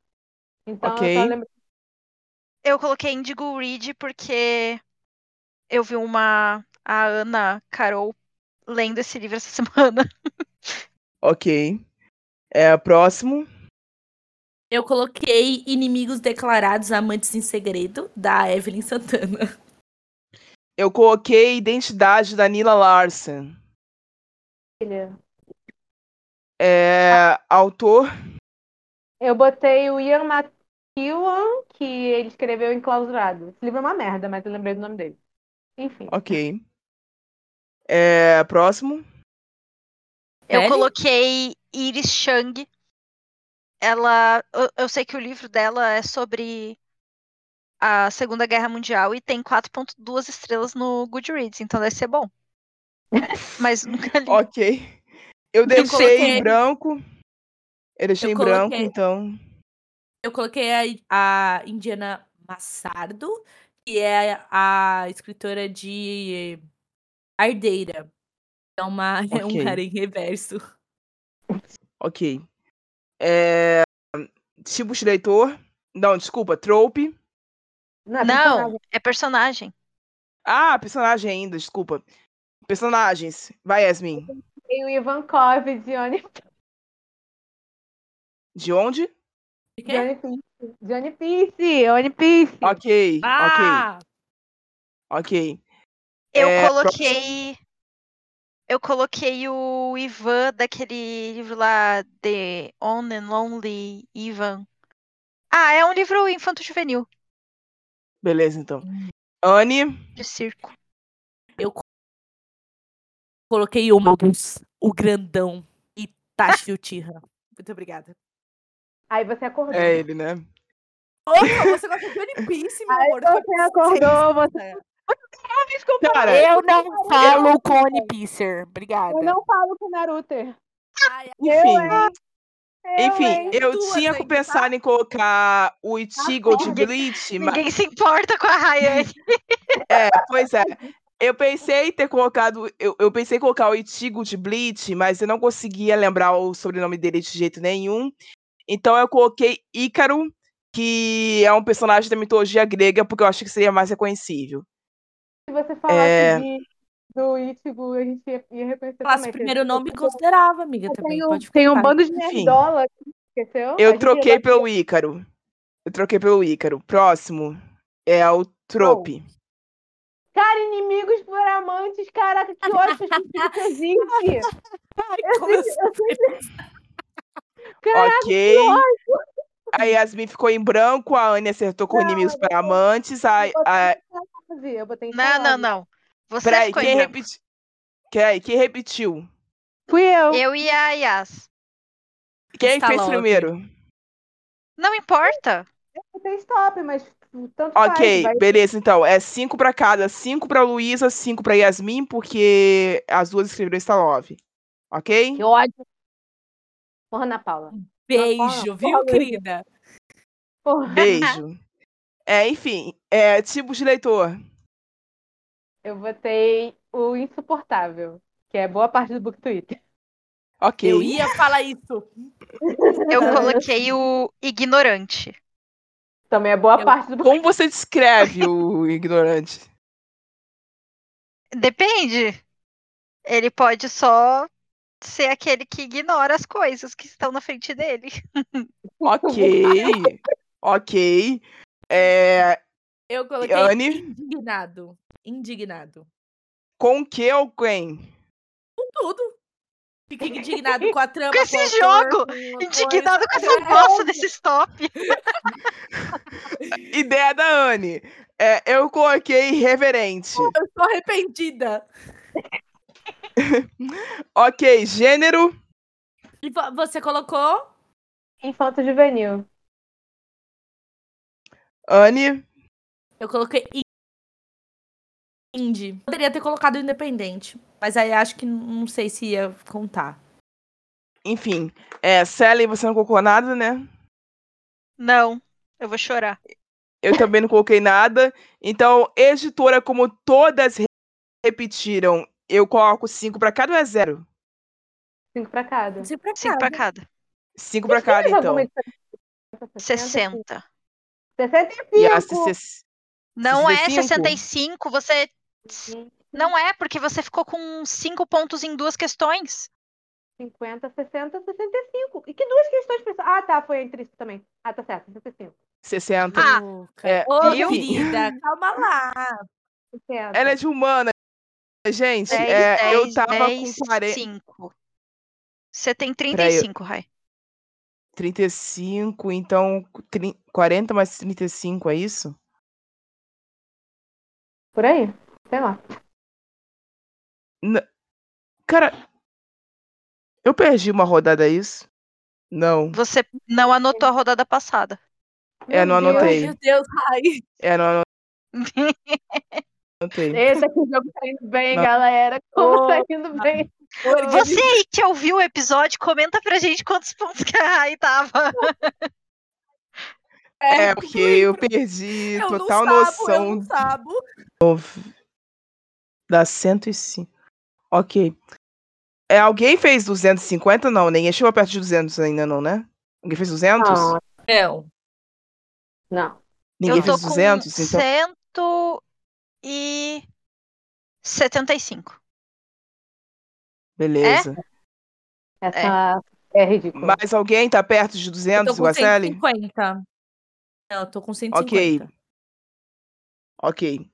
C: Então
A: Ah. Ok.
C: eu só lembro.
E: Eu coloquei Indigo Read porque eu vi uma. A Ana Carol lendo esse livro essa semana.
A: Ok. É, próximo.
D: Eu coloquei Inimigos Declarados, Amantes em Segredo, da Evelyn Santana.
A: Eu coloquei Identidade da Nila Larsen. É, autor.
C: Eu botei o Ian McEwan, que ele escreveu Enclausurado. Esse livro é uma merda, mas eu lembrei do nome dele. Enfim.
A: Ok. É, próximo.
E: Eu
D: Sério?
E: coloquei Iris Chang. Ela, eu, eu sei que o livro dela é sobre a Segunda Guerra Mundial e tem 4.2 estrelas no Goodreads, então deve ser bom. Mas nunca li.
A: Ok. Eu deixei em
D: coloquei-
A: branco. Eu deixei
D: Eu
A: em branco,
D: coloquei-
A: então.
D: Eu coloquei a, a Indiana Massardo, que é a escritora de Ardeira. É, uma, é um
A: Ok.
D: cara em reverso.
A: Ok. É, tipo de leitor. Não, desculpa, trope.
C: Não, é personagem.
E: Não, é personagem.
A: Ah, personagem ainda, desculpa. Personagens. Vai, Yasmin.
C: Tem o Ivankov, Johnny,
A: De onde?
C: Johnny Peace. Johnny Peace, Johnny Peace.
A: Ok,
D: Ah!
A: ok, ok.
E: Eu
A: É,
E: coloquei. Eu coloquei o Ivan daquele livro lá, The On and Lonely Ivan. Ah, é um livro infanto-juvenil
A: Beleza, então.
D: Hum.
A: Anne,
E: de circo.
D: Coloquei o Magus, o grandão e tá Tashi Uchiha. Muito obrigada.
C: Aí você acordou.
A: é ele, né?
D: Ô, meu, você gosta de One Piece, meu amor.
C: Você acordou, você.
D: É.
C: Ah,
A: Cara,
F: Eu não falo com One Pisser. Obrigada.
C: Eu não falo com o Naruto. é-
A: enfim.
C: Eu,
A: Enfim,
C: hein?
A: eu
D: duas
A: tinha
D: ainda, tá?
A: pensado em colocar o Ichigo de
E: Ninguém-
A: Bleach,
D: tá
A: mas.
E: Ninguém se importa com a Rayane.
A: É, pois é. Eu pensei em ter colocado. Eu, eu pensei em colocar o Itigo de Bleach, mas eu não conseguia lembrar o sobrenome dele de jeito nenhum. Então eu coloquei Ícaro, que é um personagem da mitologia grega, porque eu acho que seria mais reconhecível.
C: Se você falasse
A: É.
C: de- do Ichigo, a gente ia, ia reconhecer
D: Falasse
C: também.
D: o primeiro nome e
C: é Eu
D: considerava, amiga, também.
C: tenho,
D: Pode
C: tenho um
D: contar.
C: bando de
A: Enfim.
C: nerdola aqui, esqueceu? A
A: Eu
C: gente
A: troquei
C: vai-
A: pelo Ícaro. Eu troquei pelo Ícaro. Próximo é o Trope.
C: Cara, inimigos por amantes, caraca, que ódio que isso existe.
D: Ai, como eu sou
C: Caraca,
A: ok. A Yasmin ficou em branco, a Anne acertou com
C: Não, assim.
A: inimigos
C: eu
A: para amantes. A,
C: eu botei
A: a,
C: Fazia, eu botei em
E: Não, não,
C: salada.
E: não. Você
A: peraí,
E: ficou
A: quem
E: em branco.
A: repetiu? Peraí, quem repetiu?
C: Fui eu.
E: Eu e a Yas.
A: Quem fez
D: Stallone.
A: primeiro?
E: Não importa.
C: botei stop, mas tipo, tanto
A: Ok,
C: faz. Vai...
A: beleza, então. É cinco pra cada. Cinco pra Luísa, cinco pra Yasmin, porque as duas escreveram Stalove. Ok?
C: Que ódio. Porra, Ana Paula.
D: Beijo, viu,
C: Fala,
D: querida?
C: Porra.
A: Beijo. É, enfim. É, tipo de leitor.
C: Eu botei o insuportável, que é boa parte do book Twitter.
A: Ok.
D: Eu ia falar isso.
E: Eu coloquei o ignorante.
C: Também é boa
D: Eu-
C: parte do book
A: Como você descreve o ignorante?
E: Depende. Ele pode só ser aquele que ignora as coisas que estão na frente dele.
A: Ok. ok. É,
D: Eu coloquei
A: Anne?
D: indignado. Indignado.
A: com que ou quem?
D: Com tudo. Fiquei indignado com a trama.
E: Com esse
D: o
E: jogo,
D: com a coisa.
E: Indignado com essa bosta desse stop.
A: Ideia da Anne. É, eu coloquei irreverente.
D: Eu tô arrependida.
A: Ok, gênero.
D: E vo- você colocou?
C: Infanto juvenil.
A: Anne,
D: Eu coloquei in- indie. Poderia ter colocado independente. Mas aí acho que n- não sei se ia contar.
A: enfim. É, Sally, você não colocou nada, né?
E: Não, eu vou chorar.
A: Eu também não coloquei nada. Então, editora, como todas re- repetiram, eu coloco cinco pra cada ou é zero?
C: Cinco pra cada.
D: Não sei pra
E: Cinco
D: cá.
A: né?
E: pra cada.
A: Cinco pra cada,
C: Mas
A: então.
C: alguma diferença?
E: 60.
C: 65.
A: E a CC
E: Não é
A: 65?
E: 65, você. é Não é, porque você ficou com cinco pontos em duas questões.
C: 50, 60, 65. E que duas questões pessoal. Ah, tá, foi entre isso também. Ah, tá certo, 65.
D: tá
A: 60.
E: Ah,
A: é,
D: Ô,
E: viu?
D: querida, calma lá.
C: 60.
A: Ela é de humana. Gente,
E: 10,
A: é,
E: 10,
A: eu tava
E: 10,
A: com 40,
E: 5. Você tem
A: Peraí, eu-
E: 35, Rai.
A: 35, então tri- 40 mais 35, é isso?
C: Por aí? Sei lá.
A: Cara, eu perdi uma rodada, é isso? Não,
E: Você não anotou a rodada passada.
A: É, não
C: Meu Deus.
A: anotei.
D: Meu Deus, Rai.
A: é, não anotei.
C: Esse aqui o jogo tá indo bem,
A: Não.
C: galera. Como tá indo bem?
E: Você aí que ouviu o episódio, comenta pra gente quantos pontos que a Rai tava.
A: É, porque eu perdi
D: Eu não
A: total
D: sabo, eu
A: noção
D: não sabo.
A: da 105. Ok. É, alguém fez 250? Não, ninguém chegou perto de 200 ainda, não, né? Ninguém fez 200?
C: Não,
D: Não.
C: não.
A: Ninguém
E: eu tô
A: fez 200?
E: com
A: Então,
E: 175.
A: beleza.
C: Essa é, ridícula.
A: Mas alguém tá perto de
D: Eu tô
E: Então,
A: 200,
D: com
A: Guacelli?
D: 150. Não, eu tô com 150.
A: Ok. Ok.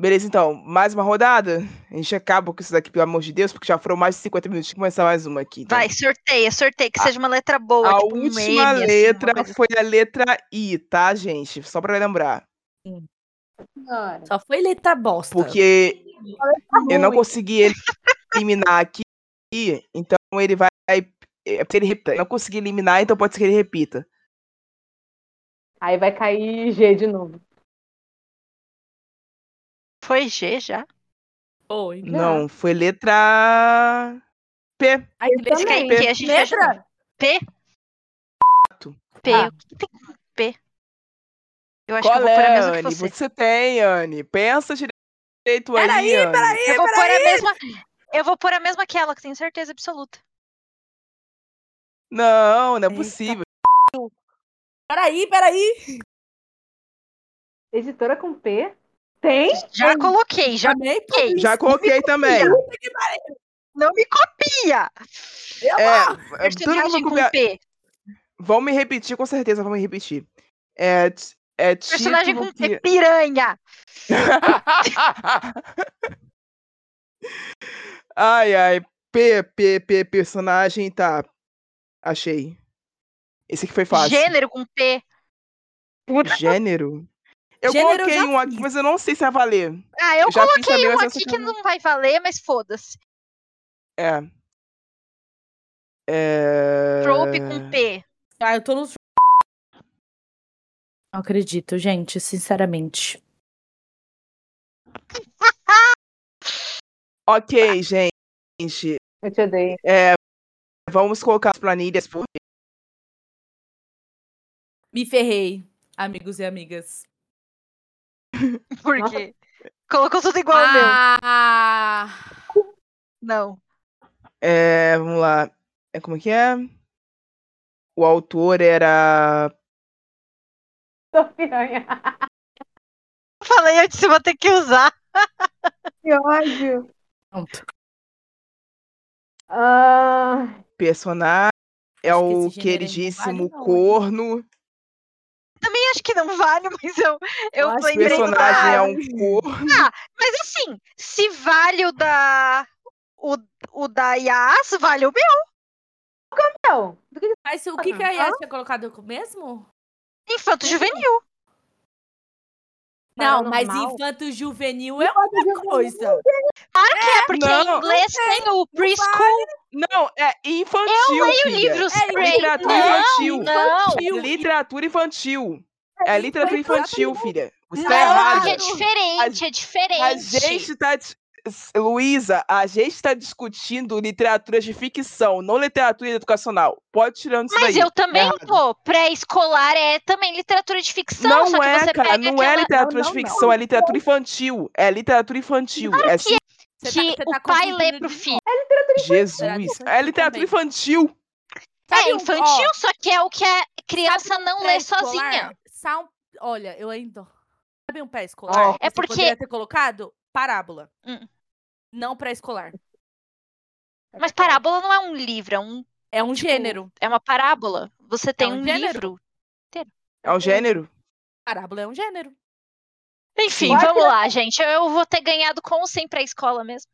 A: Beleza, então, mais uma rodada? A gente acaba com isso daqui, pelo amor de Deus, porque já foram mais de 50 minutos. Tem que começar mais uma aqui. então.
E: Vai, sorteia, sorteia, que seja uma letra boa.
A: a
E: tipo um M,
A: última
E: assim, uma
A: letra
E: coisa assim. Tá.
A: foi a letra I, tá, gente? Só pra lembrar.
C: Senhora.
D: Só foi letra bosta.
A: Porque eu não consegui ele- eliminar aqui, então ele vai. É porque ele repita. Eu não consegui eliminar, então pode ser que ele repita.
C: Aí vai cair G de novo.
E: Foi G já?
D: Foi.
A: Não, foi letra P.
D: Aí
E: Você quer
A: P.
E: que é a gente feche
D: letra?
E: P?
D: Ah.
E: O que tem com P? Eu acho
A: Qual
E: que eu vou pôr a
A: é,
E: mesma
A: Anne?
E: que você.
A: tem, Anne. Pensa direito aí.
D: Peraí,
A: Anne.
E: Eu
A: é
E: vou pôr a mesma. Eu vou pôr a mesma que ela, que tenho certeza absoluta.
A: Não, não é
D: Eita.
A: possível.
D: Peraí, peraí.
C: Editora com P? Tem?
E: Já coloquei, já
D: Também
E: coloquei.
A: Já coloquei também.
E: Não me copia!
A: É, é, todo mundo
E: Personagem com
A: copia-
E: P.
A: Vão me repetir, com certeza vão me repetir. É, t- é
E: Personagem
A: título
E: com P.
A: que...
E: Piranha!
A: ai, ai. P, P, P, personagem, tá. Achei. Esse aqui foi fácil.
E: Gênero com P.
A: Gênero? Eu
D: Gênero eu
A: coloquei
D: já
A: um aqui,
D: fiz.
A: mas eu não sei se vai valer.
E: Ah, eu
A: já fiz
E: coloquei
A: também,
E: um
A: mas eu
E: aqui
A: sei que
E: que
A: eu não-
E: não vai valer, mas foda-se.
A: É. É...
E: Trope com P.
D: Ah, eu tô no. Não acredito, gente, sinceramente.
A: Ok, gente. É,
C: Eu te odeio.
A: Vamos colocar as planilhas por
D: Me ferrei, amigos e amigas.
E: Por
C: Nossa.
E: quê? Colocou tudo igual ao meu.
D: ah!
E: Não.
A: É, vamos lá. É, como é que é? O autor era.
C: Sou piranha.
E: Eu Falei, eu disse, eu vou ter que usar.
C: Que ódio.
D: Pronto.
C: Ah,
A: Personagem. É
D: Acho que
A: o
D: esse gênero aí não vale,
A: queridíssimo
D: não, hein?
A: corno.
E: Também também acho que não vale, mas eu, eu
A: O
E: lembrei do
A: personagem é
E: da...
A: um corno.
E: Mas assim, se vale o da. O, o da Yas, vale o meu.
C: Então, do que
D: Mas o que, que a Yas tinha colocado mesmo?
E: Infanto juvenil.
D: Não, mas
C: Paranormal?
D: infanto juvenil é outra coisa.
E: Claro que é, porque em
A: não,
E: inglês tem o preschool
A: Não, é infantil.
E: e o
A: filha.
E: livro
D: É
E: Stray.
A: literatura
E: Não,
A: infantil.
E: não.
A: É literatura infantil. É literatura infantil, filha. Você tá
E: Não,
A: errada.
E: porque é diferente, é
A: A
E: diferente.
A: gente tá. dis- s- Luísa, a gente tá discutindo literatura de ficção, não literatura educacional. Pode tirando isso
E: Mas
A: daí. é
E: eu também
A: errado.
E: vou. Pré-escolar é também literatura de ficção,
A: Não
E: só que
A: é,
E: você
A: cara,
E: pega
A: não é
E: aquela...
A: literatura
D: Não,
A: de
D: não, não.
A: ficção, é literatura infantil. É literatura infantil. é assim,
D: Você tá-
E: que
D: você
E: o
D: tá
E: pai lê
D: confundindo
E: pro
D: de
E: filho.
A: Jesus. É
D: Literatura infantil
A: literatura
D: também.
A: infantil.
D: Sabe
E: É
D: um- ó,
E: infantil, só que é o que a criança não lê
D: pré-escolar?
E: sozinha.
D: Sa- um- Olha, eu ainda. Sabe um pré-escolar?
E: É
D: Você
E: porque-
D: Poderia ter colocado parábola.
E: Hum.
D: Não pré-escolar.
E: Mas parábola não é um livro, é, um,
D: É um gênero.
E: é uma parábola. Você tem
D: um
E: um,
D: gênero.
E: livro.
A: É um gênero?
D: Parábola é um gênero.
E: Enfim,
C: Vai
E: vamos lá, gente. Eu vou ter ganhado com ou sem pré-escola mesmo.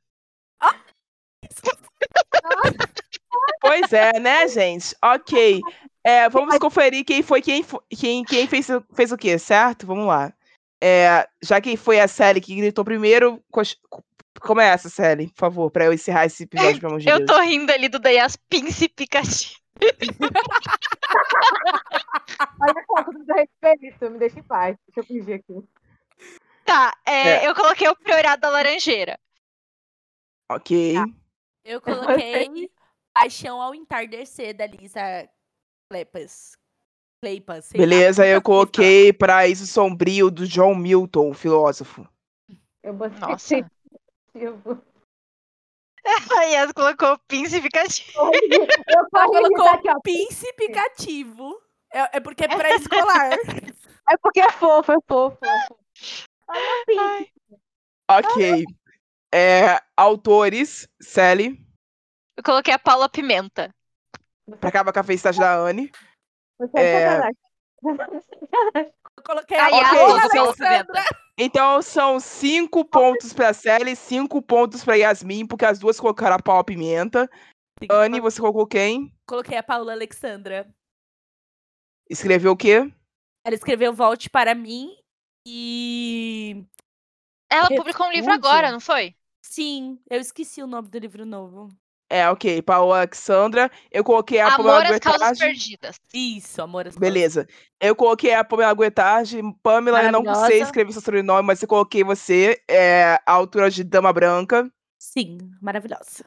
A: Pois é, né, gente? Ok. É, vamos conferir quem foi quem, fo- quem, quem fez, o- fez o quê, certo? Vamos lá. É, já que foi a Sally que gritou primeiro, cos- começa, Sally, por favor, pra eu encerrar esse episódio, pelo amor de
E: Eu
A: Deus.
E: tô rindo ali do Dayas Pince Picadinho. um
C: Olha só, com todo respeito, me deixa em paz. Deixa eu fingir aqui.
E: Tá, é,
A: É.
E: eu coloquei o priorado da laranjeira.
A: Ok.
D: Eu coloquei Paixão ao Entardecer da Lisa Clepas. Cleipas. sei lá.
A: Beleza, eu
D: Nunca sei
A: coloquei Paraíso Sombrio do John Milton, o filósofo.
C: Eu botei
E: Nossa.
C: Eu
E: A Yas colocou o Pince Picadinho.
C: eu
D: falar. Ela
C: corri, tá aqui,
D: colocou
C: ó.
D: príncipe cativo. É, é porque é pré-escolar.
C: É porque é fofo, é fofo. É fofo.
E: Ai.
A: Ok. É, autores, Sally,
E: Eu coloquei a Paula Pimenta.
A: pra acabar com a felicidade da Anne.
C: Você é
A: É.
C: sacanagem.
D: Eu coloquei
E: É, A
D: a
E: Yas
A: ok,
E: colocou a Paula
D: Alexandra.
E: Pimenta.
A: Então são cinco pontos pra Sally, cinco pontos pra Yasmin, porque as duas colocaram a pau à pimenta. Anne, você colocou quem?
D: Coloquei a Paula Alexandra.
A: Escreveu o quê?
D: Ela escreveu Volte para mim e.
E: Ela publicou um livro
D: Refúgio.
E: agora, não foi?
D: Sim, eu esqueci o nome do livro novo.
A: É, ok. Paola Alexandra. Eu coloquei a Pamela
E: Amor às causas
A: Guetardi.
E: perdidas.
D: Isso, amor. às Causas.
A: Beleza. Eu coloquei a Pamela Guetardi. Pamela, eu não sei
D: Maravilhosa.
A: escrever seu sobrenome, mas eu coloquei você. É, a altura de Dama Branca.
D: Sim, maravilhosa.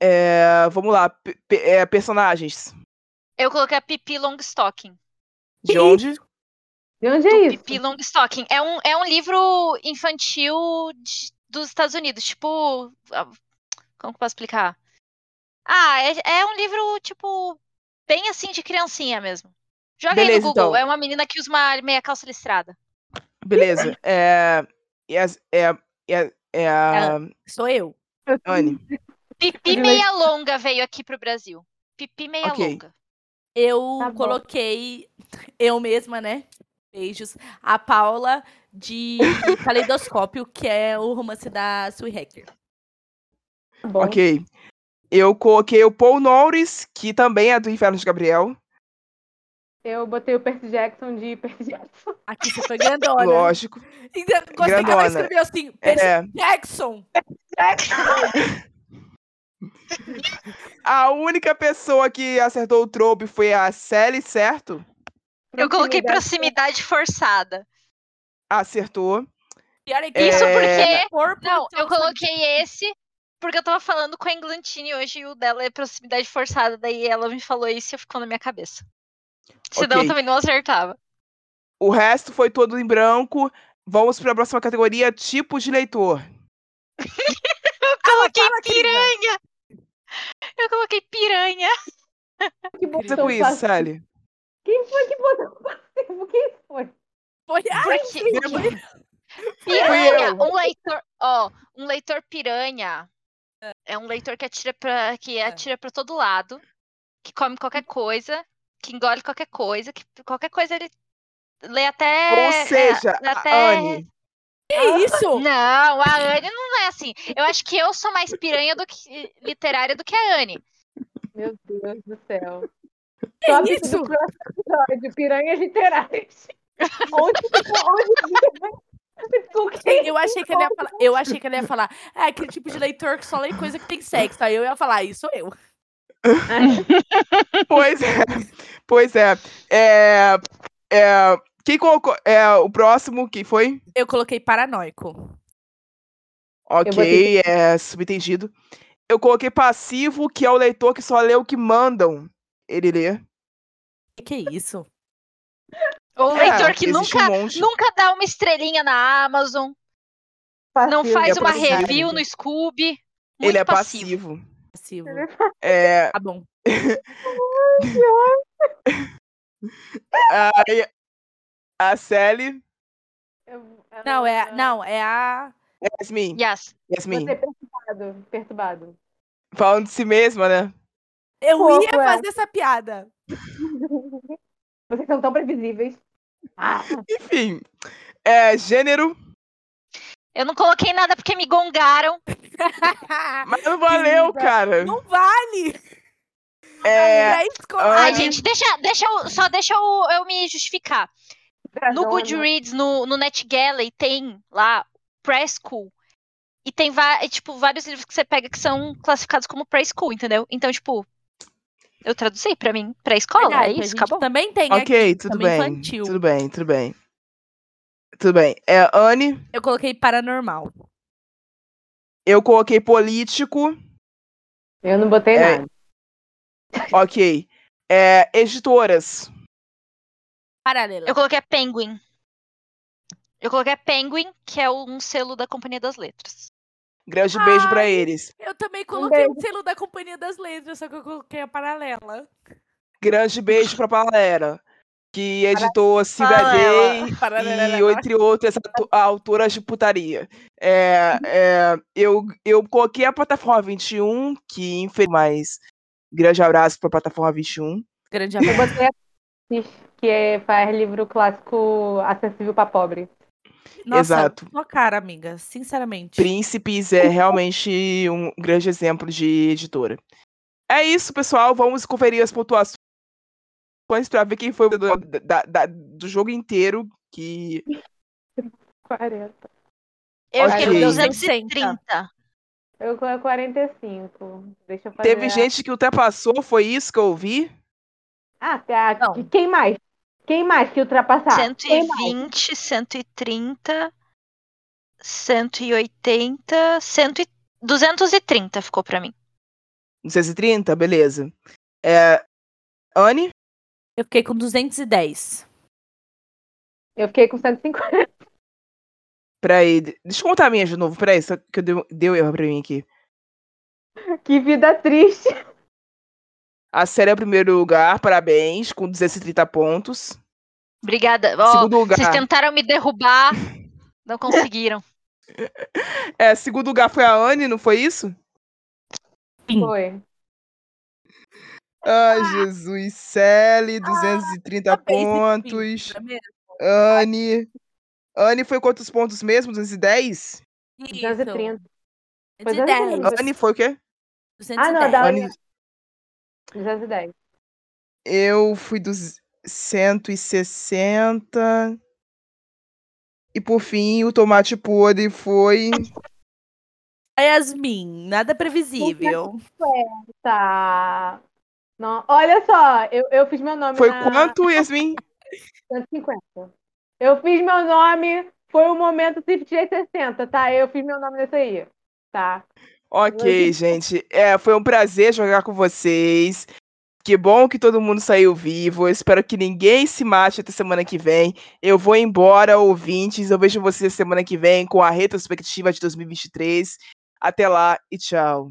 A: É, vamos lá. pe- pe- é, personagens.
E: Eu coloquei a Pipi Longstocking.
A: De onde?
C: De onde
E: do
C: é
E: Pippi
C: isso?
E: Longstocking. É um, é um livro infantil de- dos Estados Unidos. Tipo. ah, Como que eu posso explicar? Ah, é, é um livro, tipo, bem assim de criancinha mesmo. Joga aí
A: Beleza,
E: no Google.
A: então.
E: É uma menina que usa uma meia calça listrada.
A: Beleza. É, e as- é, é, é a
D: Sou eu.
A: Anne.
E: Pipi
C: Beleza.
E: Meia Longa veio aqui pro Brasil. Pipi Meia
A: Ok.
E: Longa.
D: Eu
C: Tá bom.
D: coloquei eu mesma, né? Beijos. A Paula de Caleidoscópio, que é o romance da Sue Hacker.
C: Tá bom.
A: Ok. Eu coloquei o Paul Norris, que também é do Inferno de Gabriel.
C: Eu botei o Percy Jackson de Percy Jackson.
D: Aqui você foi grandona. né?
A: Lógico.
D: E eu Gostei que
A: Grandona.
D: ela escreveu assim, Percy
A: É.
D: Jackson.
A: A única pessoa que acertou o trope foi a Sally, certo?
E: Eu coloquei
C: Proximidade.
E: proximidade forçada.
A: Acertou.
D: E olha que
E: Isso
A: É.
E: porque.
D: corpo
E: Não, eu
D: todo-
E: coloquei esse. Porque eu tava falando com a Englantine hoje e o dela é proximidade forçada. Daí ela me falou isso e ficou na minha cabeça. Senão
A: Ok.
E: eu também não acertava.
A: O resto foi todo em branco. Vamos para a próxima categoria, tipo de leitor.
E: coloquei
D: fala, querida.
E: piranha. Eu coloquei piranha.
C: Que bom
E: Então
A: Você
E: tá
A: com Tipo isso, Sally?
C: Quem foi que botou passivo? Quem foi?
D: Foi a
E: Porque
D: Foi-
E: piranha,
A: eu.
E: um leitor, ó, um leitor piranha é um leitor que atira para que atira para todo lado, que come qualquer coisa, que engole qualquer coisa, que qualquer coisa ele Lê até.
A: Ou seja,
E: é, lê
A: a
E: até...
A: Anne.
D: Que isso?
E: Não, a Anne não é assim. Eu acho que eu sou mais piranha do que literária do que a Anne.
C: Meu Deus do céu.
D: Que
C: Top
D: isso?
C: do próximo episódio, piranhas literárias. Onde, onde com quem?
D: Eu achei, que ela ia falar, eu achei que ela ia falar, é aquele tipo de leitor que só lê coisa que tem sexo. Aí eu ia falar, isso sou eu.
A: Pois é. Pois é. É. é, quem colocou. É, o próximo, quem foi?
D: Eu coloquei paranoico.
A: Ok,
C: botei-
A: é subentendido. Eu coloquei passivo, que é o leitor que só lê o que mandam ele ler.
D: Que que é isso?
A: É,
E: Ou o Um leitor que
A: existe
E: nunca,
A: um monte.
E: nunca dá uma estrelinha na Amazon, não
C: Passivo.
E: faz
A: é
E: uma
A: passivo.
E: review no Scooby. Muito
A: Ele é
E: passivo.
A: passivo.
D: Passivo.
A: É,
D: Tá bom.
A: aí, a Sally.
C: Eu- eu
D: Não, é,
E: Uhum.
D: a- não, é a.
A: Yasmin.
E: Yes.
A: Yasmin.
C: Você é perturbado, perturbado.
A: Falando de si mesma, né?
D: Eu
C: Pouco,
D: ia
C: é.
D: fazer essa piada.
C: Vocês são tão previsíveis. Ah,
A: Enfim. É, gênero.
E: Eu não coloquei nada porque me gongaram.
A: Mas não valeu,
D: Querida,
A: cara.
D: Não vale!
A: É,
D: Pra escolar.
E: Ai,
A: Olha.
E: gente, deixa, deixa eu, só deixa eu, eu me justificar. No
C: Dona,
E: Goodreads, no, no NetGalley, tem lá preschool. E tem va- e, tipo, vários livros que você pega que são classificados como preschool, entendeu? Então, tipo, eu traduzi pra mim, pré-escola,
D: Verdade,
E: é
D: a
E: isso,
D: gente tá-
E: acabou.
D: Também tem né? aqui.
A: ok, tudo
D: chama
A: bem.
D: infantil.
A: Tudo bem, tudo bem. Tudo bem. É, Anne,
D: Eu coloquei paranormal.
A: eu coloquei político.
C: Eu não botei
A: É.
C: nada.
A: Ok. É, editoras.
D: Paralela.
E: Eu coloquei a Penguin. Eu coloquei a Penguin, que é um selo da Companhia das Letras.
A: Grande beijo pra
D: Ai.
A: eles.
D: Eu também coloquei o
C: beijo.
D: selo da Companhia das Letras, só que eu coloquei a paralela.
A: Grande beijo pra Palera, que editou Silvia
E: Paralela.
A: Day
D: Paralela.
A: e entre outras atu- autoras de putaria. É, é, eu, eu coloquei a plataforma 21, que infelizmente, mas grande abraço para a plataforma 21.
D: Grande
C: Eu
D: abraço.
C: botei a Cis, que é, faz livro clássico acessível pra pobre.
D: Nossa,
A: Exato.
D: sua cara, amiga. Sinceramente.
A: Príncipes é realmente um grande exemplo de editora. É isso, pessoal. Vamos conferir as pontuações para ver quem foi o vencedor da- da- do jogo inteiro. Que
C: 40.
E: Eu
A: Ok.
E: fiquei
A: Eu
E: com
D: dei
E: 230.
C: Eu com é 45. Deixa eu fazer.
A: teve gente que ultrapassou, foi isso que eu ouvi?
C: Ah, tá.
D: Não.
C: Que- Quem mais? Quem mais que
D: Tá,
C: ultrapassar? Quem mais?
E: 120, 130, 180, 100, 230 ficou pra mim.
A: 230? Beleza. É, Anne?
D: Eu fiquei com 210.
C: Eu fiquei com 150.
A: Peraí, de- deixa eu contar a minha de novo, peraí, só que eu deu, deu erro pra mim aqui.
C: Que vida triste.
A: A série é o primeiro lugar, parabéns, com 230 pontos.
E: Obrigada. Ó,
A: segundo lugar,
E: Oh, vocês tentaram me derrubar, não conseguiram.
A: é, segundo lugar foi a Anne, não foi isso?
D: Sim.
C: Foi.
A: Ai, Jesus, Sally, 230
D: parabéns,
A: pontos.
D: Não é mesmo?
A: Anne. Anne foi quantos pontos mesmo? 210?
D: Isso.
C: 230.
D: 210.
C: Você-
A: Anne foi o quê?
D: 210.
C: Ah, não, da-
A: Anne,
C: 210.
A: eu fui dos 160. E por fim, o tomate podre foi.
D: A Yasmin, nada previsível.
C: Tá. Não, olha só, eu, eu fiz meu nome
A: Foi
C: na
A: quanto, Yasmin?
C: 150. Eu fiz meu nome, foi o momento 60, tá? Eu fiz meu nome nesse aí, tá?
A: Ok, gente. É, foi um prazer jogar com vocês. Que bom que todo mundo saiu vivo. Eu espero que ninguém se mate até semana que vem. Eu vou embora, ouvintes. Eu vejo vocês semana que vem com a retrospectiva de 2023. Até lá e tchau.